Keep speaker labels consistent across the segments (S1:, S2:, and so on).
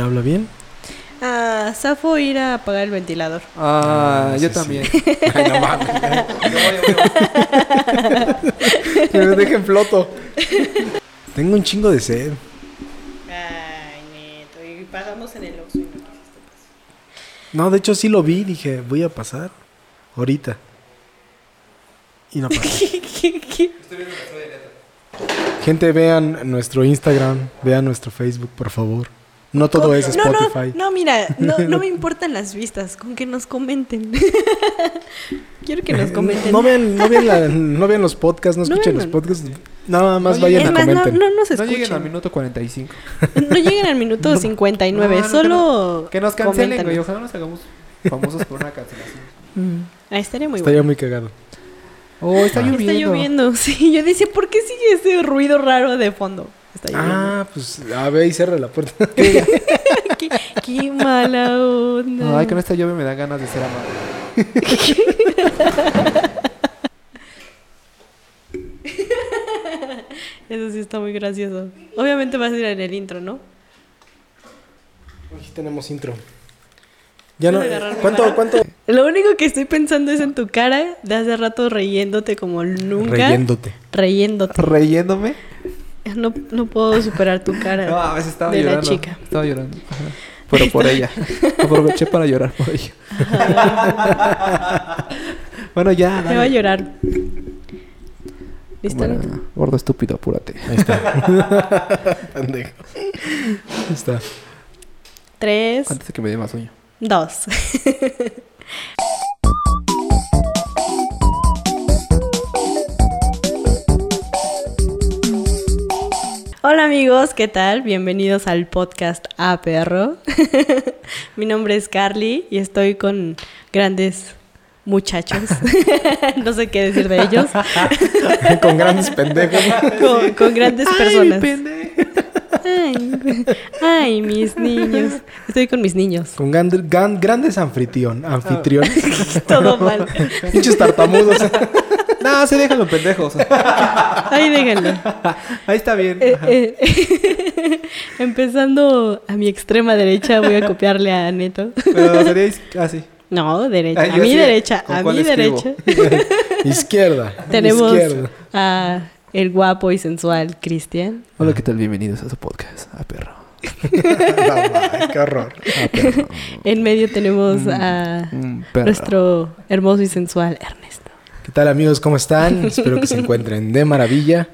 S1: habla bien.
S2: Ah, Safo ir a apagar el ventilador.
S3: Ah,
S1: Ah, sí,
S3: yo
S1: sí.
S3: también.
S4: Ay, no mames.
S3: Que me dejen floto.
S1: Tengo un chingo de sed.
S2: Ay, neto. Y pagamos en el Oxxo y no quisiste pasar.
S1: No, de hecho sí lo vi, dije, voy a pasar ahorita. Y no pasé. Gente, vean nuestro Instagram, vean nuestro Facebook, por favor. No todo es
S2: No, no,
S1: Spotify.
S2: No, mira, no, no me importan las vistas, con que nos comenten. Quiero que nos comenten.
S1: Eh, No vean, no vean, la- no vean los podcasts, no
S2: No
S1: escuchen
S2: vean-
S1: los podcasts. Nada más
S3: Oye,
S1: vayan
S2: es
S1: a
S2: más, no,
S1: comenten.
S2: no nos
S3: No lleguen al
S2: escuchen.
S3: minuto 45.
S2: No lleguen al minuto 59,
S3: No, no,
S2: solo.
S3: Que nos cancelen, güey.
S2: coméntanos.
S3: Ojalá nos hagamos famosos por una cancelación.
S2: Mm, ah, estaría muy
S1: Estaría muy cagado.
S3: Oh, está
S2: bueno.
S3: lloviendo.
S2: Está lloviendo, sí. Yo decía, ¿por qué sigue ese ruido raro de fondo? Está lloviendo.
S1: Ah, pues a ver y cierra la puerta.
S2: qué, qué mala onda.
S3: Ay, con esta lluvia me da ganas de ser amado.
S2: Eso sí está muy gracioso. Obviamente vas a ir en el intro, ¿no?
S1: Aquí tenemos intro. Ya no.
S2: Voy a agarrar mi
S1: ¿Cuánto,
S2: vara.
S1: cuánto?
S2: Lo único que estoy pensando es en tu cara de hace rato reyéndote como nunca.
S1: Reyéndote.
S2: Reyéndote.
S3: ¿Reyéndome?
S2: No, no puedo superar tu cara.
S3: No, a veces estaba
S2: de
S3: llorando.
S2: la chica.
S3: Estaba llorando. Ajá. Pero por ella. Aproveché para llorar por ella. bueno, ya.
S2: Te va a
S3: dale.
S2: llorar. ¿Listo?
S3: Bueno, gordo estúpido, apúrate.
S1: Pendejo. Ahí está.
S2: Tres,
S3: Antes de que me dé más sueño.
S2: dos. Hola amigos, ¿qué tal? Bienvenidos al podcast A Perro. Mi nombre es Carly y estoy con grandes muchachos. no sé qué decir de ellos.
S1: Con grandes pendejos.
S2: Con, con grandes personas.
S3: pendejo.
S2: Ay, ay, mis niños. Estoy con mis niños.
S1: Con gan- gan- grandes anfitrión,
S2: Ah.
S1: anfitriones.
S2: Todo mal.
S1: Pinches tartamudos.
S3: No, sí, déjalo, pendejos.
S2: Ahí déjenlo.
S3: Ahí está bien.
S2: Eh,
S3: Ajá.
S2: eh, Empezando a mi extrema derecha, voy a copiarle a Neto.
S3: Pero sería ah, así.
S2: No, derecha.
S3: Ay,
S2: a
S3: Ah, yo
S2: mi
S3: sí,
S2: derecha.
S3: ¿con
S2: A
S3: cuál
S2: mi
S3: escribo?
S2: derecha
S1: Izquierda.
S2: tenemos
S1: Izquierda.
S2: a el guapo y sensual Cristian.
S3: Hola, ¿qué tal? Bienvenidos a su podcast, a perro.
S1: No, mames, Ah, qué horror.
S3: A perro.
S2: En medio tenemos a
S3: Mm, perro.
S2: nuestro hermoso y sensual Ernesto.
S1: ¿Qué tal amigos? ¿Cómo están? Espero que se encuentren de maravilla.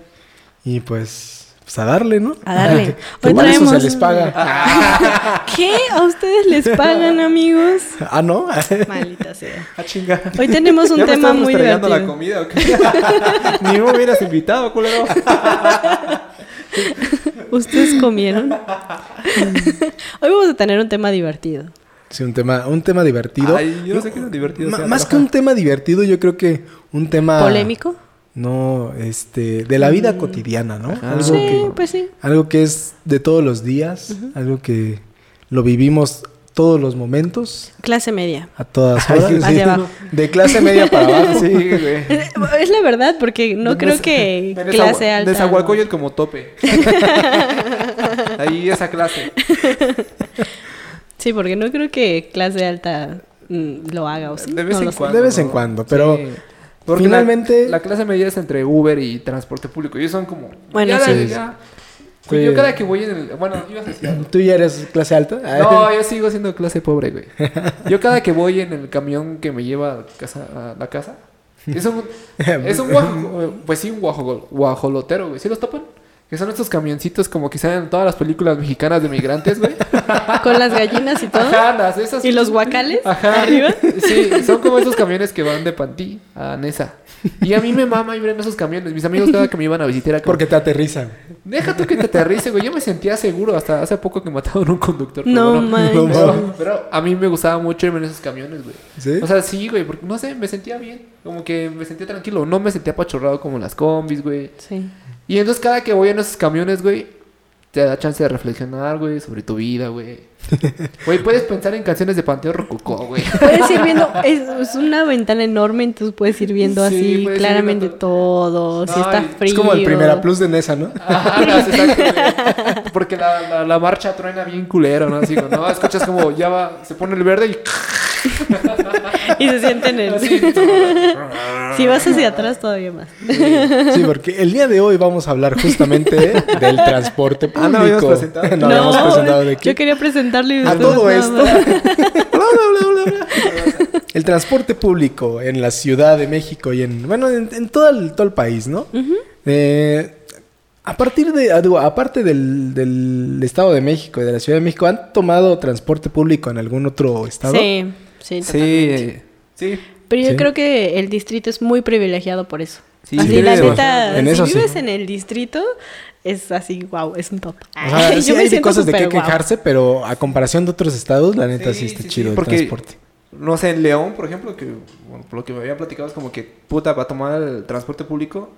S1: Y pues, pues a darle, ¿no?
S2: A darle.
S1: Que
S2: Hoy
S1: por eso se
S2: traemos-
S1: les paga.
S2: ¿Qué? ¿A ustedes les pagan, amigos?
S1: Ah, ¿no?
S2: Maldita sea.
S3: Ah, chinga.
S2: Hoy tenemos un
S3: ¿Ya me
S2: tema
S3: estás
S2: muy
S3: restregando
S2: divertido.
S3: la comida o qué? Ni me hubieras invitado, culero.
S2: ¿Ustedes comieron? Hoy vamos a tener un tema divertido.
S1: Sí, un tema, un tema divertido.
S3: Ay, yo no sé qué tan divertido
S1: Ma-
S3: sea,
S1: más
S3: pero
S1: que un tema divertido, yo creo que un tema...
S2: ¿Polémico? Mm.
S1: No, este, de la vida cotidiana, ¿no?
S3: Ajá.
S1: Algo,
S2: Sí,
S1: que,
S2: pues sí.
S1: algo que es de todos los días, algo que lo vivimos todos los momentos,
S2: Clase media.
S1: a todas
S3: Ay,
S1: horas.
S3: sí.
S2: Hacia abajo.
S1: De clase media para abajo, sí.
S3: Ah, Sí, güey.
S2: Eh, Es la verdad, porque no creo que
S3: Pero es
S2: clase
S3: agua-
S2: alta.
S3: Nezahualcóyotl como tope. Ahí esa clase.
S2: Sí, porque no creo que clase alta mm, lo haga, ¿o sí?
S3: De vez
S2: No
S3: en
S2: lo sé.
S3: cuando.
S1: De vez en
S3: ¿no?
S1: cuando, pero
S3: Sí. Porque
S1: finalmente-
S3: La, la clase media es entre Uber y transporte público. Ellos son como.
S2: Bueno,
S3: ya,
S2: sí.
S3: ya-
S1: Sí.
S3: Yo cada que voy en el. Bueno, ibas a decir algo.
S1: ¿Tú ya eres clase alta?
S3: No, yo sigo siendo clase pobre, güey. Yo cada que voy en el camión que me lleva a, casa- a la casa, es un, es un guajo- pues sí, un guajo- guajolotero, güey. ¿Sí los topan? Que son estos camioncitos como que salen en todas las películas mexicanas de migrantes, güey.
S2: Con las gallinas y todo.
S3: Ajá, las- esas.
S2: ¿Y los guacales?
S3: Ajá.
S2: ¿Arriba?
S3: Sí, son como esos camiones que van de Pantí a Nesa. Y a mí me mama ir en esos camiones. Mis amigos cada que me iban a visitar acá.
S1: Porque te aterrizan.
S3: Deja tú que te aterrice, güey. Yo me sentía seguro hasta hace poco que mataron a un conductor. pero
S2: No
S3: bueno.
S1: No
S2: manches.
S3: Pero, pero a mí me gustaba mucho irme en esos camiones, güey.
S1: ¿Sí?
S3: O sea, sí, güey, porque no sé, me sentía bien. Como que me sentía tranquilo. No me sentía apachorrado como en las combis, güey.
S2: Sí.
S3: Y entonces cada que voy en esos camiones, güey,
S5: te da chance de reflexionar, güey, sobre tu vida, güey. Güey, puedes pensar en canciones de Panteón Rococó, güey.
S2: Puedes ir viendo, es, es una ventana enorme, entonces puedes ir viendo
S5: Sí,
S2: así
S5: puedes ir viendo
S2: claramente todo, si
S5: Ay,
S2: está
S5: es
S2: frío.
S1: Es como el primera plus de Nesa, ¿no?
S5: Ajá, Ah, no, exacto, güey. Porque la, la, la marcha truena bien culero, ¿no? Así, ¿no? Escuchas como ya va, se pone el verde y...
S2: Y se sienten en
S5: Así,
S2: Si vas hacia atrás todavía más.
S1: Sí, porque el día de hoy vamos a hablar justamente del transporte público.
S5: Ah, no habíamos presentado.
S1: No habíamos presentado de
S2: yo
S1: qué.
S2: quería presentarle y
S1: A
S2: ustedes
S1: todo
S2: nada
S1: esto.
S2: más.
S1: Bla, bla, bla, bla, bla. El transporte público en la Ciudad de México y en, bueno, en, en todo, el, todo el país, ¿no? Eh, a partir de, ah, digo, aparte del, del Estado de México y de la Ciudad de México, ¿han tomado transporte público en algún otro estado?
S2: Sí, sí.
S5: Sí, sí.
S2: Pero yo
S1: Sí.
S2: creo que el distrito es muy privilegiado por eso.
S5: Sí,
S2: así,
S1: sí,
S2: la
S1: sí.
S2: neta,
S1: En
S2: si
S1: eso sí.
S2: vives en el distrito, es así, wow, es un top.
S1: O sea, sí hay de cosas de qué
S2: súper guau.
S1: quejarse, pero a comparación de otros estados, la neta sí,
S5: Sí,
S1: está
S5: sí, sí,
S1: chido el
S5: porque-
S1: transporte.
S5: No sé, en León, por ejemplo, que bueno, por lo que me habían platicado es como que puta, para tomar el transporte público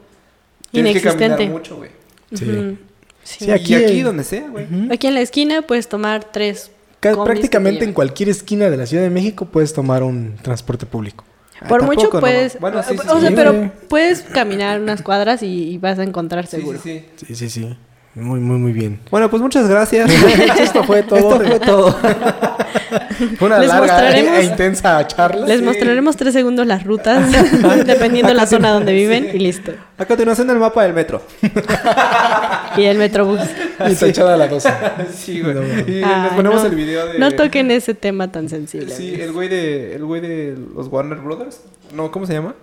S5: tienes que caminar
S2: Inexistente.
S5: mucho, güey.
S1: Sí.
S2: Ujú, sí.
S1: Sí, aquí-
S5: y aquí
S1: hay-
S5: donde sea, güey.
S1: Ujú.
S2: Aquí en la esquina puedes tomar tres.
S1: Ca-
S2: combis que te
S1: Prácticamente en
S2: lleven.
S1: cualquier esquina de la Ciudad de México puedes tomar un transporte público.
S5: Ah,
S2: Por
S5: tampoco,
S2: mucho
S5: no,
S2: puedes.
S5: Bueno, sí, sí,
S2: o
S5: sí.
S2: sea,
S1: sí.
S2: pero puedes caminar unas cuadras y, y vas a encontrar
S5: Sí, sí,
S2: seguro.
S5: sí.
S1: Sí, sí, sí. Muy, muy, muy bien.
S5: Bueno, pues muchas gracias.
S1: Esto fue todo.
S5: Esto fue todo.
S1: Fue una
S2: Les
S1: larga
S2: mostraremos-
S1: e intensa charla.
S2: Les
S1: Sí.
S2: mostraremos tres segundos las rutas, dependiendo la zona donde viven, y listo.
S5: A continuación el mapa del metro.
S2: Y el metrobús.
S5: Ah,
S1: Y tachada la 12.
S5: sí, güey.
S1: No, no.
S5: y les
S2: Ay,
S5: ponemos
S2: no.
S5: el video de
S2: No toquen ese tema tan sensible.
S5: Sí,
S2: amigos.
S5: el güey de el güey de los Warner Brothers. No, ¿cómo se llama?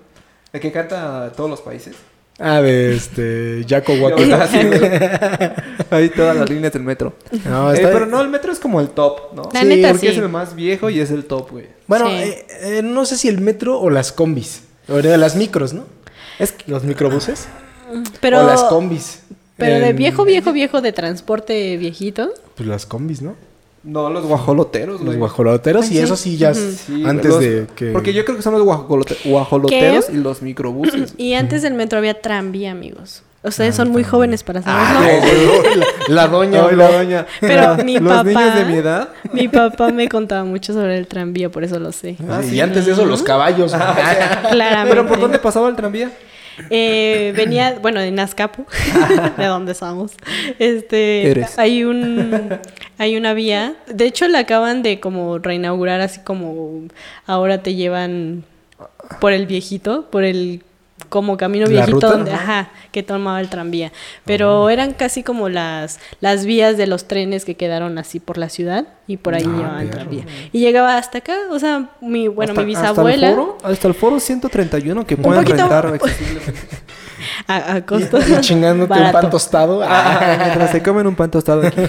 S5: El que canta a todos los países.
S1: Ah, de este. Jaco Waco.
S5: Y ahora sí, güey. Ahí todas las líneas del metro.
S1: No,
S5: Eh,
S1: está-
S5: pero no, el metro es como el top, ¿no?
S2: La neta,
S5: Porque
S2: sí.
S5: es el más viejo y es el top, güey.
S1: Bueno,
S2: Sí.
S1: eh, eh, no sé si el metro o las combis. O de las micros, ¿no? Es los microbuses.
S2: Pero,
S1: o las combis.
S2: pero de
S1: En-
S2: viejo, viejo, viejo de transporte viejito.
S1: Pues las combis, ¿no?
S5: No, los guajoloteros, güey.
S1: Los guajoloteros
S2: Pues
S1: y
S2: sí.
S1: eso sí ya
S2: Ujú.
S5: Sí, güey,
S1: antes
S5: los-
S1: de que
S5: Porque yo creo que son los guajolote- guajoloteros
S2: ¿Qué?
S5: y los microbuses.
S2: Y antes del metro había tranvía, amigos. Ustedes son muy jóvenes para
S1: Ah,
S2: saberlo.
S1: güey, la, la doña,
S5: Ay,
S1: güey.
S5: la doña.
S2: Pero
S5: Los
S2: mi papá-
S5: niños de mi edad.
S2: Mi papá me contaba mucho sobre el tranvía, por eso lo sé.
S1: Ah, sí, y antes de eso los
S5: Ah,
S1: caballos. ah,
S2: Claramente.
S5: ¿Pero por dónde pasaba el tranvía?
S2: Eh, venía, bueno, en Azcapu, de donde somos. Este,
S5: Eres.
S2: hay un hay una vía, de hecho la acaban de como reinaugurar así como ahora te llevan por el viejito, por el como camino
S1: ¿La
S2: viejito
S1: ruta?
S2: donde, ajá, que tomaba el tranvía, pero eran casi como las las vías de los trenes que quedaron así por la ciudad y por ahí
S1: Ah,
S2: llevaban
S1: perro.
S2: tranvía. Y llegaba hasta acá, o sea, mi bueno,
S5: Hasta-
S2: mi bisabuela
S5: Hasta el foro, hasta el foro 131 que
S1: Un
S5: pueden
S2: poquito-
S5: rentar accesiblemente.
S2: a, a
S1: Y,
S2: costo
S1: y chingándote un
S2: barato.
S1: pan tostado.
S5: Ah, mientras se comen un pan tostado aquí.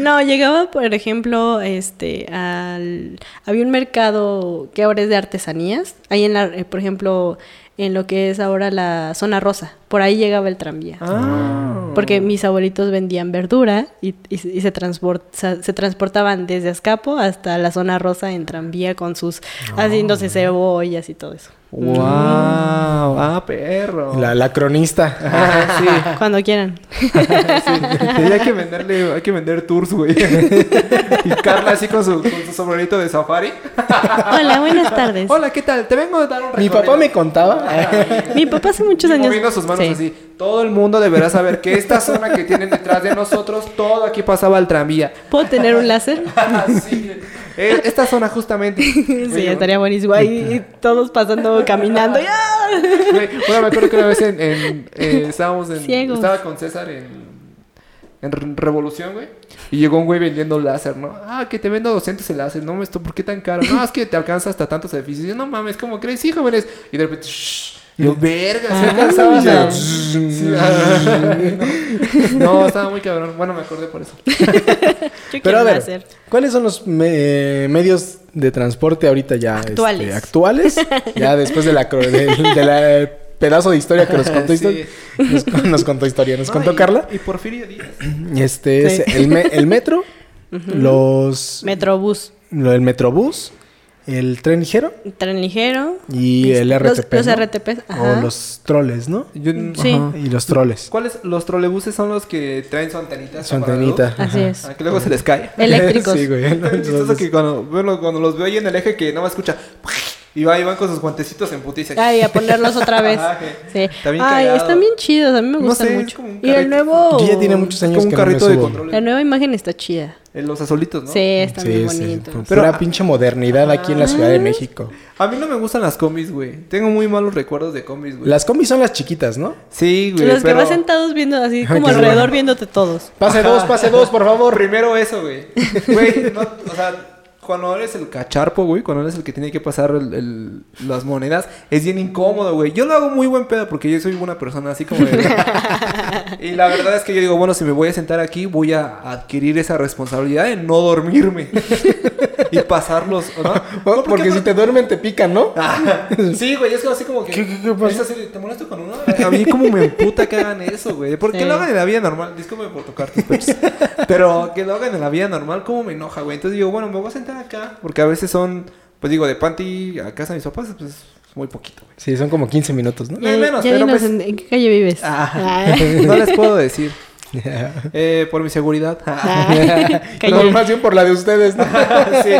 S2: No, llegaba, por ejemplo, este, al... Había un mercado que ahora es de artesanías. Ahí en la, eh, por ejemplo, en lo que es ahora la zona rosa. Por ahí llegaba el tranvía.
S5: Ah.
S2: Porque mis abuelitos vendían verdura y, y se- y se, transport- sa- se transportaban desde Azcapo hasta la zona rosa en tranvía con sus... haciéndose cebollas y todo eso.
S5: Wow, ah, perro.
S1: La, la cronista.
S5: Ah, sí.
S2: Cuando quieran.
S5: Sí, hay que venderle, hay que vender tours, güey. Y Carla así con su, con su sombrerito de safari.
S2: Hola, buenas tardes.
S5: Hola, ¿qué tal? Te vengo a dar un
S1: Mi
S5: recorrido.
S1: papá me
S5: Ah,
S1: contaba.
S2: Mi papá hace muchos
S5: Y
S2: años...
S5: moviendo sus manos
S2: Sí.
S5: así. Todo el mundo deberá saber que esta zona que tienen detrás de nosotros, todo aquí pasaba al tranvía.
S2: ¿Puedo tener un láser?
S5: Sí. Eh, Esta zona justamente.
S2: Sí, estaría buenísimo. Ahí todos pasando, caminando. y ¡ah!
S5: Güey, Bueno, me acuerdo que una vez en, en, eh, estábamos en.
S2: Ciegos.
S5: Estaba con César en. En Re- Revolución, güey. Y llegó un güey vendiendo láser, ¿no? Ah, que te vendo 200 el láser. No, esto, ¿por qué tan caro? No, es que te alcanza hasta tantos edificios. Y yo, no mames, ¿cómo crees? Sí, jóvenes. Y de repente, shh, yo, verga, se alcanzaba.
S1: ya.
S5: la- Sí, ah, no. no, estaba muy cabrón. Bueno, me acordé por eso.
S2: Yo
S1: Pero a
S2: quiero
S1: ver,
S2: láser.
S1: ¿cuáles son los me- eh, medios de transporte ahorita ya este,
S2: Actuales.
S1: actuales? ya después de la, cro- del- de la, eh, pedazo de historia que nos contó,
S5: Sí.
S1: histo- nos, con- nos contó historia, nos
S5: No,
S1: contó
S5: y-
S1: Carla.
S5: Y Porfirio Díaz.
S1: Este
S2: Sí.
S1: es el, me- el metro, los
S2: Metrobús.
S1: lo- el metrobús, el tren ligero
S2: Tren ligero.
S1: y el
S2: Los-
S1: RTP.
S2: Los,
S1: ¿no?
S2: RTPs, ajá.
S1: O los troles, ¿no?
S5: Yo-
S2: Sí.
S5: ajá.
S1: Y los troles.
S5: ¿Cuáles? Los trolebuses son los que traen su antenita.
S1: Su antenita.
S2: Así
S1: Ajá.
S2: es.
S5: Para que luego se les cae.
S2: Eléctricos.
S1: sí, güey.
S5: Es chistoso
S1: Entonces,
S5: que cuando, bueno, cuando los veo ahí en el eje que nada más escucha y va y van con sus guantecitos en putiza.
S2: Ay, a ponerlos otra vez.
S5: Ajá, que-
S2: Sí.
S5: Ah, está bien
S2: Ay,
S5: cagado.
S2: están bien chidos, a mí me
S5: No
S2: gustan
S5: sé, es
S2: mucho.
S5: como un
S2: Y el
S5: carrito.
S2: nuevo
S1: Yo ya tiene muchos
S5: Es
S1: años
S5: como un
S1: que no me
S5: carrito de
S1: subo.
S5: control.
S2: La nueva imagen está chida.
S5: Eh, Los azulitos, ¿no?
S2: Sí, está bien
S1: Sí, sí,
S2: bonito.
S1: pu-
S5: Pero-
S1: pura pinche modernidad aquí en la Ciudad de México.
S5: A mí no me gustan las combis, güey. Tengo muy malos recuerdos de combis, güey.
S1: Las combis son las chiquitas, ¿no?
S5: Sí, güey.
S2: Los que
S5: pero-
S2: vas sentados viendo así como
S1: Qué
S2: alrededor
S1: bueno.
S2: viéndote todos.
S1: Pase
S5: Ajá.
S1: dos, pase dos, por favor.
S5: Primero eso, güey. Güey, no, o sea, cuando eres el cacharpo, güey, cuando eres el que tiene que pasar el- el- las monedas, es bien incómodo, güey. Yo lo hago muy buen pedo porque yo soy una persona así como de... y la verdad es que yo digo, bueno, si me voy a sentar aquí, voy a adquirir esa responsabilidad de no dormirme. y pasarlos, ¿no?
S1: Porque, si te duermen te pican, ¿no?
S5: Ah, sí, güey, es como así como que.
S1: ¿Qué- qué- qué pasa?
S5: es así de, ¿Te molesto con uno? A mí, como me emputa que hagan eso, güey. ¿Por qué
S2: Sí.
S5: lo hagan en la vida normal? Disculpe por tocar tus pechos. Pero que lo hagan en la vida normal, como me enoja, güey. Entonces digo, bueno, me voy a sentar acá. Porque a veces son, pues digo, de panty a casa de mis papás, pues es muy poquito, güey.
S1: Sí, son como 15 minutos, ¿no?
S2: Ya,
S5: menos,
S2: ya
S5: pero
S2: dinos
S5: pues-
S2: en, en qué calle vives.
S5: Ah,
S2: Ah.
S5: no les puedo decir. Eh, por mi seguridad. Ah.
S2: Calle-
S1: No, más bien por la de ustedes, ¿no?
S5: sí.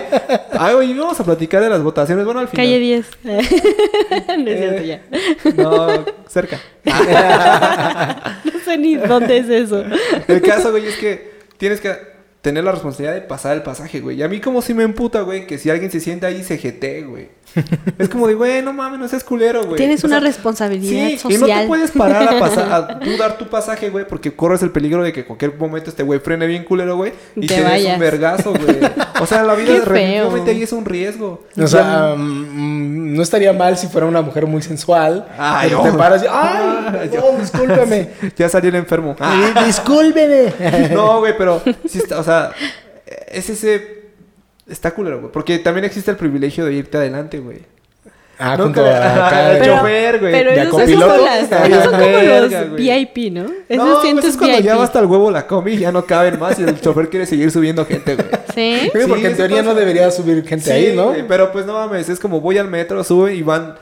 S5: Ah, oye, vamos a platicar de las votaciones. Bueno, al final.
S2: Calle 10. no es cierto, ya.
S5: No, cerca.
S2: No sé ni dónde es eso.
S5: El caso, güey, es que tienes que tener la responsabilidad de pasar el pasaje, güey. Y a mí como si me emputa, güey, que si alguien se sienta ahí se jetee, güey. Es como de, güey, no mames, no seas culero, güey.
S2: Tienes
S5: O
S2: una
S5: sea,
S2: responsabilidad
S5: sí,
S2: social.
S5: y no te puedes parar a pasar, a dudar tu pasaje, güey, porque corres el peligro de que en cualquier momento este güey frene bien culero, güey, y
S2: Te
S5: te, des
S2: vayas.
S5: un vergazo, güey. O sea, la vida
S2: Qué
S5: de definitivamente
S2: feo.
S5: ahí es un riesgo.
S1: O sea, mm, no estaría mal si fuera una mujer muy sensual.
S5: Ay,
S1: Pero te
S5: oh.
S1: paras y, ay,
S5: Ay,
S1: perdón, discúlpame.
S5: Ya salí el enfermo. Ah.
S1: Eh, Discúlpeme.
S5: No, güey, pero sí está, o sea, es ese está culero, güey, porque también existe el privilegio de irte adelante, güey.
S1: Ah,
S5: No,
S1: junto
S5: que-
S1: a acá
S5: Pero-
S1: el
S5: Pero-
S1: chofer.
S5: chofer, güey.
S2: Pero
S1: ¿De
S2: esos, esos
S1: copiloto?
S2: son, las-
S1: Ah,
S2: esos son como
S5: verga,
S2: los
S5: güey.
S2: VIP, ¿no? Esos
S5: no, pues
S2: sientes
S5: es cuando
S2: VIP.
S5: ya va hasta el huevo la combi y ya no caben más y el chofer quiere seguir subiendo gente, güey.
S2: Sí.
S1: Sí, porque
S5: Sí,
S1: en
S5: sí
S1: teoría
S5: pasa.
S1: no debería subir gente ahí, ¿no?
S5: güey, pero pues no mames, es como voy al metro, sube y van.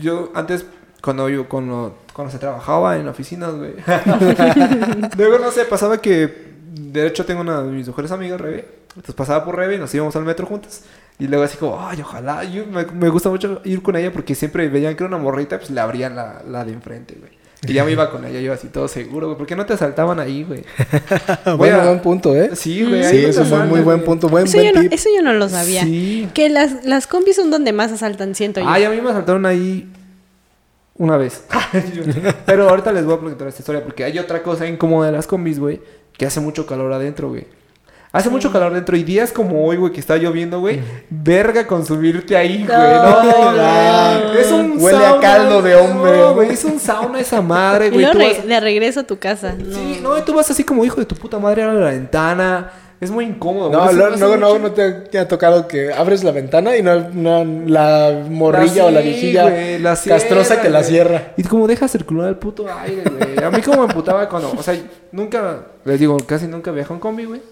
S5: Yo antes, cuando yo, cuando, cuando se trabajaba en oficinas, güey. Luego, no sé, pasaba que. De hecho, tengo una de mis mejores amigas, Rebe. Entonces pasaba por Rebe y nos íbamos al metro juntas. Y luego así como, ay, ojalá. Yo, me, me gusta mucho ir con ella porque siempre veían que era una morrita, pues le abrían la, la de enfrente, güey. Y ya me iba con ella, yo así todo seguro, güey. ¿Por qué no te asaltaban ahí, güey? Voy
S1: Bueno,
S5: a-
S1: buen punto, ¿eh?
S5: Sí, güey. ahí
S1: Sí,
S5: no
S1: es
S5: te
S1: un muy, muy
S5: asaltan,
S1: buen
S5: güey.
S1: punto, buen,
S2: Eso yo,
S1: buen
S2: no,
S1: tip.
S2: eso yo no lo sabía.
S5: Sí.
S2: Que las, las combis son donde más asaltan, siento yo.
S5: Ay, a mí me asaltaron ahí una vez. Pero ahorita les voy a platicar esta historia porque hay otra cosa incómoda de las combis, güey, que hace mucho calor adentro, güey. Hace mucho calor adentro y días como hoy, güey, que está lloviendo, güey, verga con subirte ahí, güey. No,
S2: Ay,
S5: güey.
S2: no.
S5: Es un
S1: Ah, Huele a
S5: sauna,
S1: caldo de
S5: no,
S1: hombre.
S5: güey, es un sauna esa madre,
S2: Y
S5: güey.
S2: luego
S5: Tú
S2: re-
S5: vas-
S2: de regreso a tu casa. No.
S5: Sí, no, tú vas así como hijo de tu puta madre a la ventana. Es muy incómodo,
S1: No,
S5: güey.
S1: lo-
S5: Hace- hace
S1: no, no,
S5: mucho-
S1: no te, te ha tocado que abres la ventana y no, no- la morrilla
S5: La
S1: o la
S5: sí,
S1: viejilla
S5: güey, la cierra,
S1: castrosa que la
S5: güey.
S1: cierra.
S5: Y como deja circular el puto aire, güey. A mí como me emputaba cuando, o sea, nunca, les digo, casi nunca viajé en combi, güey.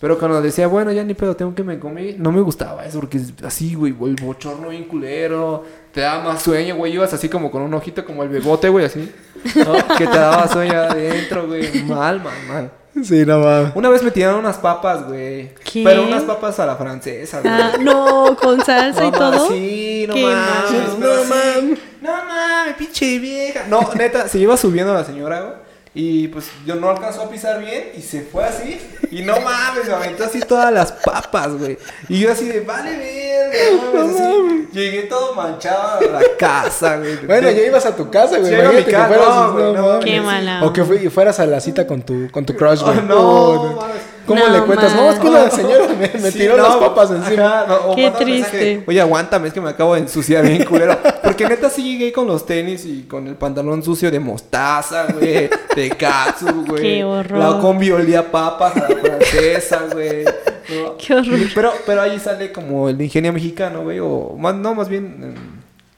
S5: Pero cuando decía, bueno, ya ni pedo, tengo que me combi, no me gustaba eso, porque es así, güey, el bochorno bien culero, te daba más sueño, güey, ibas así como con un ojito como el bebote, güey, así, ¿no? que te daba sueño adentro, güey, mal, mal, mal.
S1: Sí, no mames.
S5: Una vez me tiraron unas papas, güey,
S2: ¿Qué?
S5: pero unas papas a la francesa, güey.
S2: Ah, no, con salsa y
S5: No,
S2: todo.
S5: Sí, no
S2: Qué
S5: mames.
S2: mal.
S5: pero
S1: No
S5: sí.
S1: mames.
S5: No mames, pinche vieja. No, neta, se iba subiendo la señora, güey. Y pues yo no alcanzó a pisar bien y se fue así. Y no mames, me aventó así todas las papas, güey. Y yo así de, vale, verga. No mames. así. Llegué todo manchado a la casa, güey.
S1: Bueno,
S5: De-
S1: ya ibas a tu casa, güey.
S5: Sí, iba a mi
S1: Imagínate
S5: casa,
S1: que fueras.
S5: no, güey,
S1: no,
S5: no,
S1: mames.
S2: Qué mala.
S1: O que fui- fueras a la cita con tu, con tu crush,
S5: Oh,
S1: güey.
S5: no,
S1: Oh, no.
S5: mames.
S1: ¿Cómo
S2: No,
S1: le cuentas? No,
S2: man.
S1: es que la señora me, me
S5: Sí,
S1: tiró
S5: no,
S1: las papas
S5: ajá,
S1: encima.
S5: no, o
S2: Qué
S5: manda un mensaje de,
S2: triste.
S5: Oye, aguántame, es que me acabo de ensuciar bien culero. Porque neta sí llegué con los tenis y con el pantalón sucio de mostaza, güey. De katsu, güey.
S2: Qué horror.
S5: La combi olía a papas a la francesa, güey. ¿no?
S2: Qué horror.
S5: Y- Pero, pero ahí sale como el ingenio mexicano, güey. O más, no, más bien... em,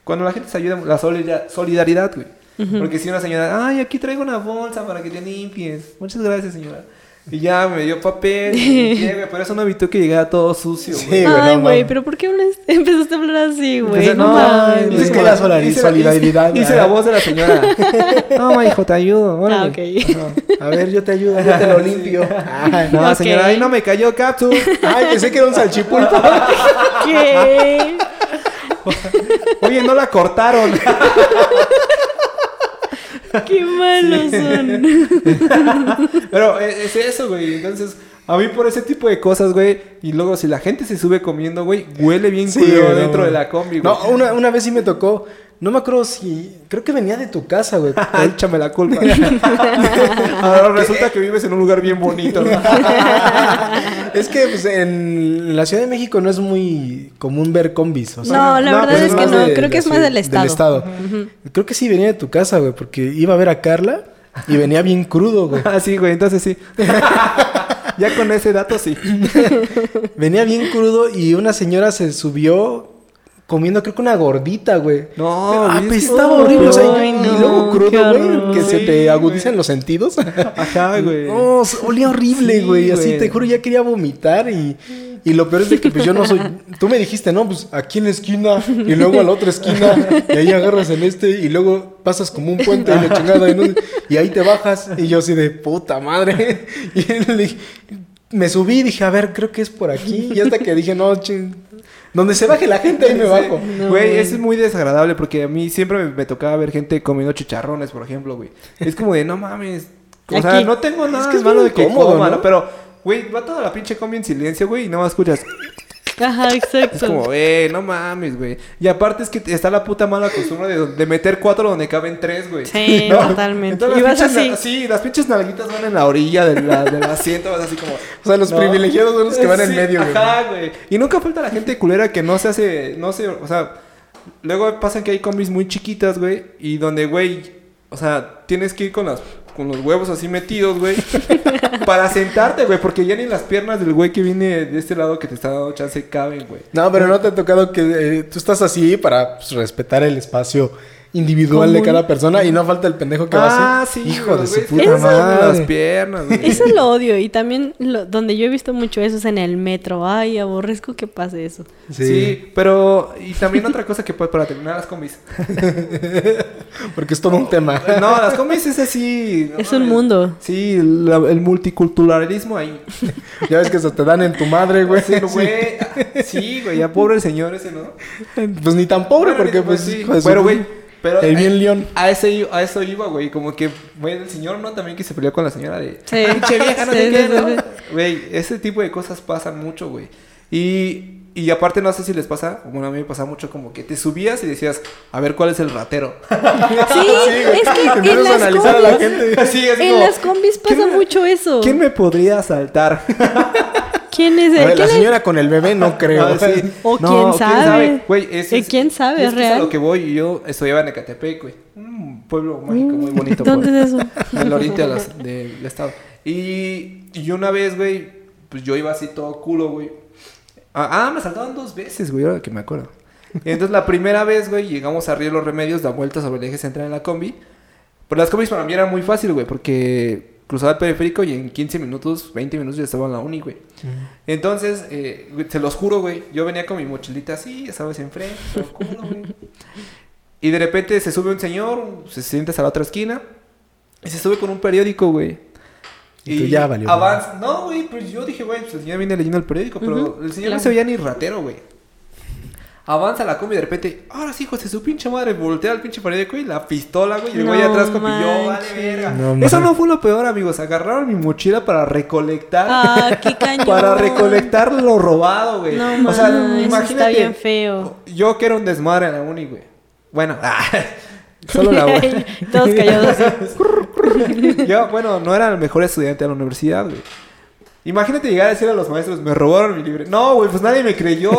S5: Cuando la gente se ayuda, la solida- solidaridad, güey. Porque si una señora, ay, aquí traigo una bolsa para que te limpies. Muchas gracias, señora. Y ya me dio papel, y lleve, pero eso no evitó que llegara todo sucio,
S1: Sí,
S5: güey.
S1: güey,
S2: Ay,
S1: no
S2: güey,
S1: mames.
S2: pero ¿por qué hablas- empezaste a hablar así, güey?
S5: Entonces,
S2: No, mames.
S1: güey.
S5: hice
S1: Es que
S5: como
S1: la solari-
S5: hice
S1: solidaridad,
S5: Hice, hice
S1: ¿verdad?
S5: la voz de la señora. no, ma, hijo, te ayudo.
S2: Ah,
S5: órale.
S2: ok.
S1: Ajá. A ver, yo te ayudo, yo te lo limpio. Ay,
S5: No,
S2: Ok.
S5: señora, ahí no me cayó capsu.
S1: Ay, pensé que era un salchipulpo.
S2: ¿Qué?
S5: Oye, no la cortaron.
S2: Qué malos son.
S5: Pero e- es eso, güey. Entonces, a mí por ese tipo de cosas, güey. Y luego, si la gente se sube comiendo, güey, huele bien
S1: Sí,
S5: culero
S1: güey, no,
S5: dentro
S1: güey.
S5: de la combi, güey.
S1: No, una, una vez sí me tocó. No me acuerdo si. Creo que venía de tu casa, güey.
S5: Échame la culpa. Ahora resulta que vives en un lugar bien bonito. ¿no?
S1: es que pues, en la Ciudad de México no es muy común ver combis. O sea,
S2: No, la
S5: no,
S2: verdad
S5: pues
S2: es
S5: es
S2: que
S1: más
S2: no.
S1: de
S2: Creo
S1: la
S2: que es más
S1: ciudad-
S2: del estado.
S1: Creo que sí venía de tu casa, güey, porque iba a ver a Carla y venía bien crudo, güey.
S5: Ah, sí, güey, entonces sí. ya con ese dato sí.
S1: Venía bien crudo y una señora se subió comiendo, creo que una gordita, güey.
S5: No,
S1: Pero
S5: güey,
S1: apestaba
S2: uy,
S1: horrible. o sea,
S2: ay, no,
S1: y luego
S2: qué
S1: crudo,
S2: horror.
S1: güey, que se
S5: Sí,
S1: te
S5: güey.
S1: agudizan los sentidos.
S5: Ajá, güey.
S1: No, s- olía horrible,
S5: Sí,
S1: güey. así
S5: güey.
S1: te juro, ya quería vomitar. Y, y lo peor es de que pues yo no soy. Tú me dijiste, no, pues aquí en la esquina y luego a la otra esquina. Y ahí agarras en este y luego pasas como un puente y la chingada. Y, no- y ahí te bajas. Y yo así de puta madre. Y le dije- me subí y dije, a ver, creo que es por aquí. Y hasta que dije, no, ching. Donde se baje la gente, ahí me bajo.
S5: Güey, eso es muy desagradable porque a mí siempre me, me tocaba ver gente comiendo chicharrones, por ejemplo, güey. Es como de, no mames. O sea,
S2: Aquí.
S5: no tengo nada
S1: Es
S5: es
S1: que
S5: que
S1: es
S5: malo
S1: muy
S5: de que
S1: incómodo,
S5: coma,
S1: ¿no?
S5: ¿no? Pero, güey, va toda la pinche combi en silencio, güey, y nada más escuchas.
S2: Ajá, exacto.
S5: Es como, güey, no mames, güey. Y aparte es que está la puta mala costumbre de, de meter cuatro donde caben tres, güey.
S2: Sí, totalmente.
S5: Entonces
S2: Y
S5: las
S2: vas
S5: pinches
S2: así.
S5: na- sí, las pinches nalguitas van en la orilla del, la- del asiento, vas así como...
S1: O sea, los
S5: no.
S1: privilegiados son los que van en
S5: Sí,
S1: medio, güey.
S5: Ajá, güey. Y nunca falta la gente culera que no se hace, no se, o sea, luego pasan que hay combis muy chiquitas, güey, y donde, güey, o sea, tienes que ir con las con los huevos así metidos, güey, para sentarte, güey, porque ya ni las piernas del güey que viene de este lado que te está dando chance caben, güey.
S1: No, pero no te ha tocado que eh, tú estás así para pues, respetar el espacio individual de
S2: Común.
S1: cada persona y no falta el pendejo que va
S5: Ah,
S1: así.
S5: sí,
S1: Hijo de
S5: güey,
S1: su
S5: es que
S1: puta
S5: no se ven
S1: madre.
S5: las piernas, güey.
S2: Eso lo odio y también lo- donde yo he visto mucho eso es en el metro. Ay, aborrezco que pase eso.
S1: Sí.
S5: Sí. pero y también otra cosa que pa- para terminar las combis.
S1: porque es todo un tema.
S5: No, las combis es así. no
S2: Es un
S5: mames.
S2: mundo.
S5: Sí, la- el multiculturalismo ahí.
S1: ya ves que se te dan en tu madre, güey.
S5: Sí, güey. Sí, güey, ya pobre el señor ese, ¿no?
S1: Pues ni tan pobre, porque pues,
S5: sí.
S1: hijo de su-
S5: Pero, güey, pero
S1: El bien
S5: a-
S1: león.
S5: A, ese, i- a eso iba, güey, como que, güey, el señor no también que se peleó con la señora de...
S2: Sí.
S5: Pinche vieja, no
S2: Sí,
S5: sé
S2: sí,
S5: qué,
S2: sí, sí.
S5: ¿no? Güey, ese tipo de cosas pasan mucho, güey. Y, y aparte, no sé si les pasa, bueno, a mí me pasa mucho como que te subías y decías, a ver, ¿cuál es el ratero?
S2: Sí, es que en
S1: Empiezas a
S2: las
S1: analizar a la
S2: combis,
S1: gente.
S5: Así es
S2: en
S5: como,
S2: las combis pasa
S5: ¿quién me-
S2: mucho eso.
S5: ¿Quién me podría asaltar?
S2: ¿Quién es
S1: A
S2: el?
S1: ver, la
S2: ¿Quién es-
S1: señora con el bebé no creo.
S5: Ah, sí.
S2: O quién sabe.
S5: Güey, eso
S2: Eh,
S5: es-
S2: quién sabe,
S5: y
S2: es
S5: que a
S2: real.
S5: lo que voy, yo estudiaba en Ecatepec, güey. Un pueblo mágico muy bonito.
S2: Mm. ¿Dónde
S5: por-
S2: es eso?
S1: pues.
S5: En el oriente de las- del estado. Y, y una vez, güey, pues yo iba así todo culo, güey. Ah, ah, me saltaban dos veces, güey, ahora que me acuerdo. Entonces la primera vez, güey, llegamos a Río Los Remedios, da vuelta sobre el eje central en la combi. Pero las combis para mí era muy fácil, güey, porque cruzaba el periférico y en 15 minutos, 20 minutos ya estaba en la uni, güey. Entonces, eh, güey, se los juro, güey, yo venía con mi mochilita así, ya sabes, enfrente, todo culo, güey. Y de repente se sube un señor, se sienta a la otra esquina y se sube con un periódico, güey.
S1: Y tú ya valió,
S5: avanza. No, güey, pues yo dije, güey, pues el señor viene leyendo el periódico, pero
S2: Ujú,
S5: el señor
S2: claro.
S5: no se veía ni ratero, güey. Avanza la combi y de repente, ahora sí, hijo de su pinche madre, voltea al pinche periódico y la pistola, güey, y el güey
S2: No
S5: atrás con mi- yo, vale,
S2: manches.
S5: verga.
S1: No
S5: Eso
S1: mames.
S5: no fue lo peor, amigos. Agarraron mi mochila para recolectar.
S2: Ah, qué cañón.
S5: Para recolectar lo robado, güey.
S2: No, mames,
S5: o sea,
S2: imagínate. está
S5: imagínate.
S2: bien feo.
S5: Yo que era un desmadre en la uni, güey. Bueno, ah, solo la uni.
S2: Todos callados así.
S5: Yo, bueno, no era el mejor estudiante de la universidad, güey. Imagínate llegar a decir a los maestros, me robaron mi libre. No, güey, pues nadie me creyó.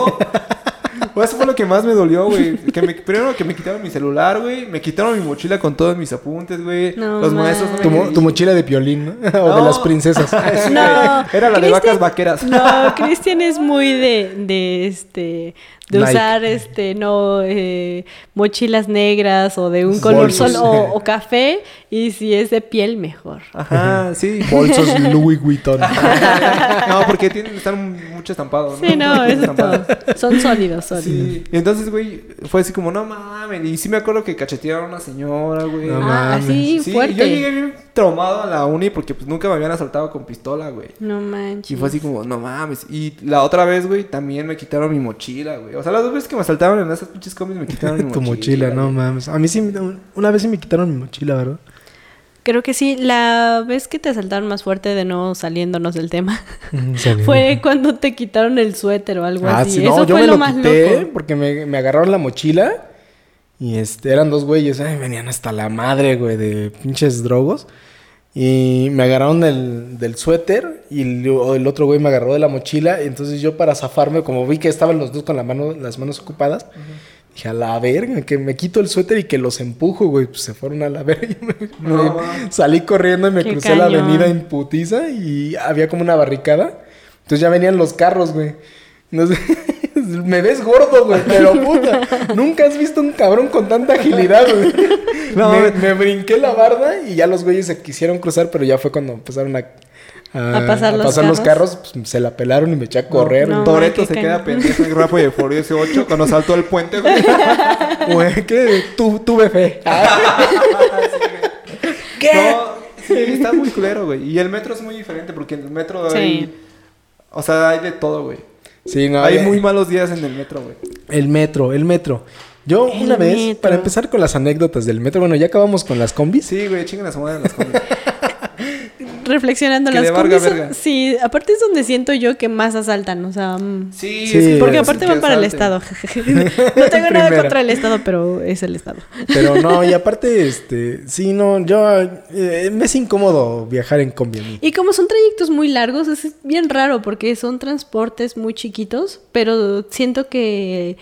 S5: O eso fue lo que más me dolió, güey. Que me, primero que me quitaron mi celular, güey. Me quitaron mi mochila con todos mis apuntes, güey.
S2: No
S5: los maestros no me
S1: Tu, mo-
S5: creyeron.
S1: tu mochila de piolín, ¿no? O de
S5: No.
S1: las princesas.
S5: Sí,
S2: No,
S5: güey. Era la de
S2: Cristian-
S5: vacas vaqueras.
S2: No, Cristian es muy de, de este De
S1: Nike.
S2: usar, este, no, eh, mochilas negras o de un color
S1: Bolsos.
S2: solo o, o café. Y si es de piel, mejor.
S5: Ajá, sí.
S1: Bolsos Louis Vuitton.
S5: no, porque tienen, están mucho estampados, ¿no?
S1: Oh,
S2: Sí, no, eso es
S5: Estampados.
S2: todo. Son sólidos, sólidos.
S5: Sí. Y entonces, güey, fue así como, no mames. Y sí me acuerdo que cachetearon a una señora, güey.
S1: No
S2: ah,
S1: mames.
S2: así,
S5: Sí,
S2: fuerte.
S5: Yo llegué bien traumado a la uni porque pues nunca me habían asaltado con pistola, güey.
S2: No
S5: Y
S2: manches.
S5: fue así como, no mames. Y la otra vez, güey, también me quitaron mi mochila, güey. O sea, las dos veces que me asaltaron en esas pinches comics me quitaron mi
S1: tu
S5: mochila.
S1: mochila, no
S5: güey.
S1: mames. A mí sí, me- una vez sí me quitaron mi mochila, ¿verdad?
S2: Creo que sí, la vez que te asaltaron más fuerte de no saliéndonos del tema
S1: Saliendo.
S2: fue cuando te quitaron el suéter o algo
S1: Ah,
S2: así.
S1: sí, no,
S2: Eso
S1: yo
S2: fue
S1: me
S2: lo,
S1: lo,
S2: más
S1: quité
S2: loco.
S1: porque me, me agarraron la mochila y este, eran dos güeyes, ay, venían hasta la madre, güey, de pinches drogos. Y me agarraron del, del suéter y el, el otro güey me agarró de la mochila. Y entonces yo para zafarme, como vi que estaban los dos con la mano, las manos ocupadas, dije, a la verga, que me quito el suéter y que los empujo, güey. Pues se fueron a la verga. Me-
S5: No,
S1: me- salí corriendo y me
S2: Qué
S1: crucé la
S2: cañón.
S1: avenida en putiza y había como una barricada. Entonces ya venían los carros, güey. Entonces, me ves gordo, güey, pero puta. Nunca has visto un cabrón con tanta agilidad, güey.
S5: No,
S1: me,
S5: güey.
S1: me brinqué la barda y ya los güeyes se quisieron cruzar, pero ya fue cuando empezaron a,
S2: A pasar los
S1: los
S2: carros.
S1: carros. pues, se la pelaron y me eché a correr.
S2: No,
S5: Toreto
S2: qué
S5: se queda
S2: cañón.
S5: pendejo en Rápido y Furioso 8 cuando saltó el puente, güey.
S1: Güey, que tu- tuve fe. ¿Qué?
S5: No, sí, está muy culero, güey. Y el metro es muy diferente porque en el metro
S2: Sí.
S5: hay... O sea, hay de todo, güey.
S1: Sí, no.
S5: Hay
S1: eh,
S5: muy malos días en el metro, güey.
S1: El metro, el metro. Yo
S2: El
S1: una vez,
S2: metro.
S1: para empezar con las anécdotas del metro, bueno, ya acabamos con las combis.
S5: Sí, güey, chingan a su madre las cosas.
S2: Reflexionando
S5: Que
S2: las
S5: le valga
S2: combis son-
S5: verga.
S2: Sí, aparte es donde siento yo que más asaltan, o sea, mm,
S5: Sí,
S1: Sí,
S5: es que-
S2: porque
S1: eh,
S2: aparte
S5: que
S2: van para el
S5: asalten.
S2: estado. no tengo nada
S1: Primera.
S2: contra el estado, pero es el estado.
S1: Pero no, y aparte, este, sí, no, yo, eh, me es incómodo viajar en combi a mí.
S2: Y como son trayectos muy largos, es bien raro porque son transportes muy chiquitos, pero siento que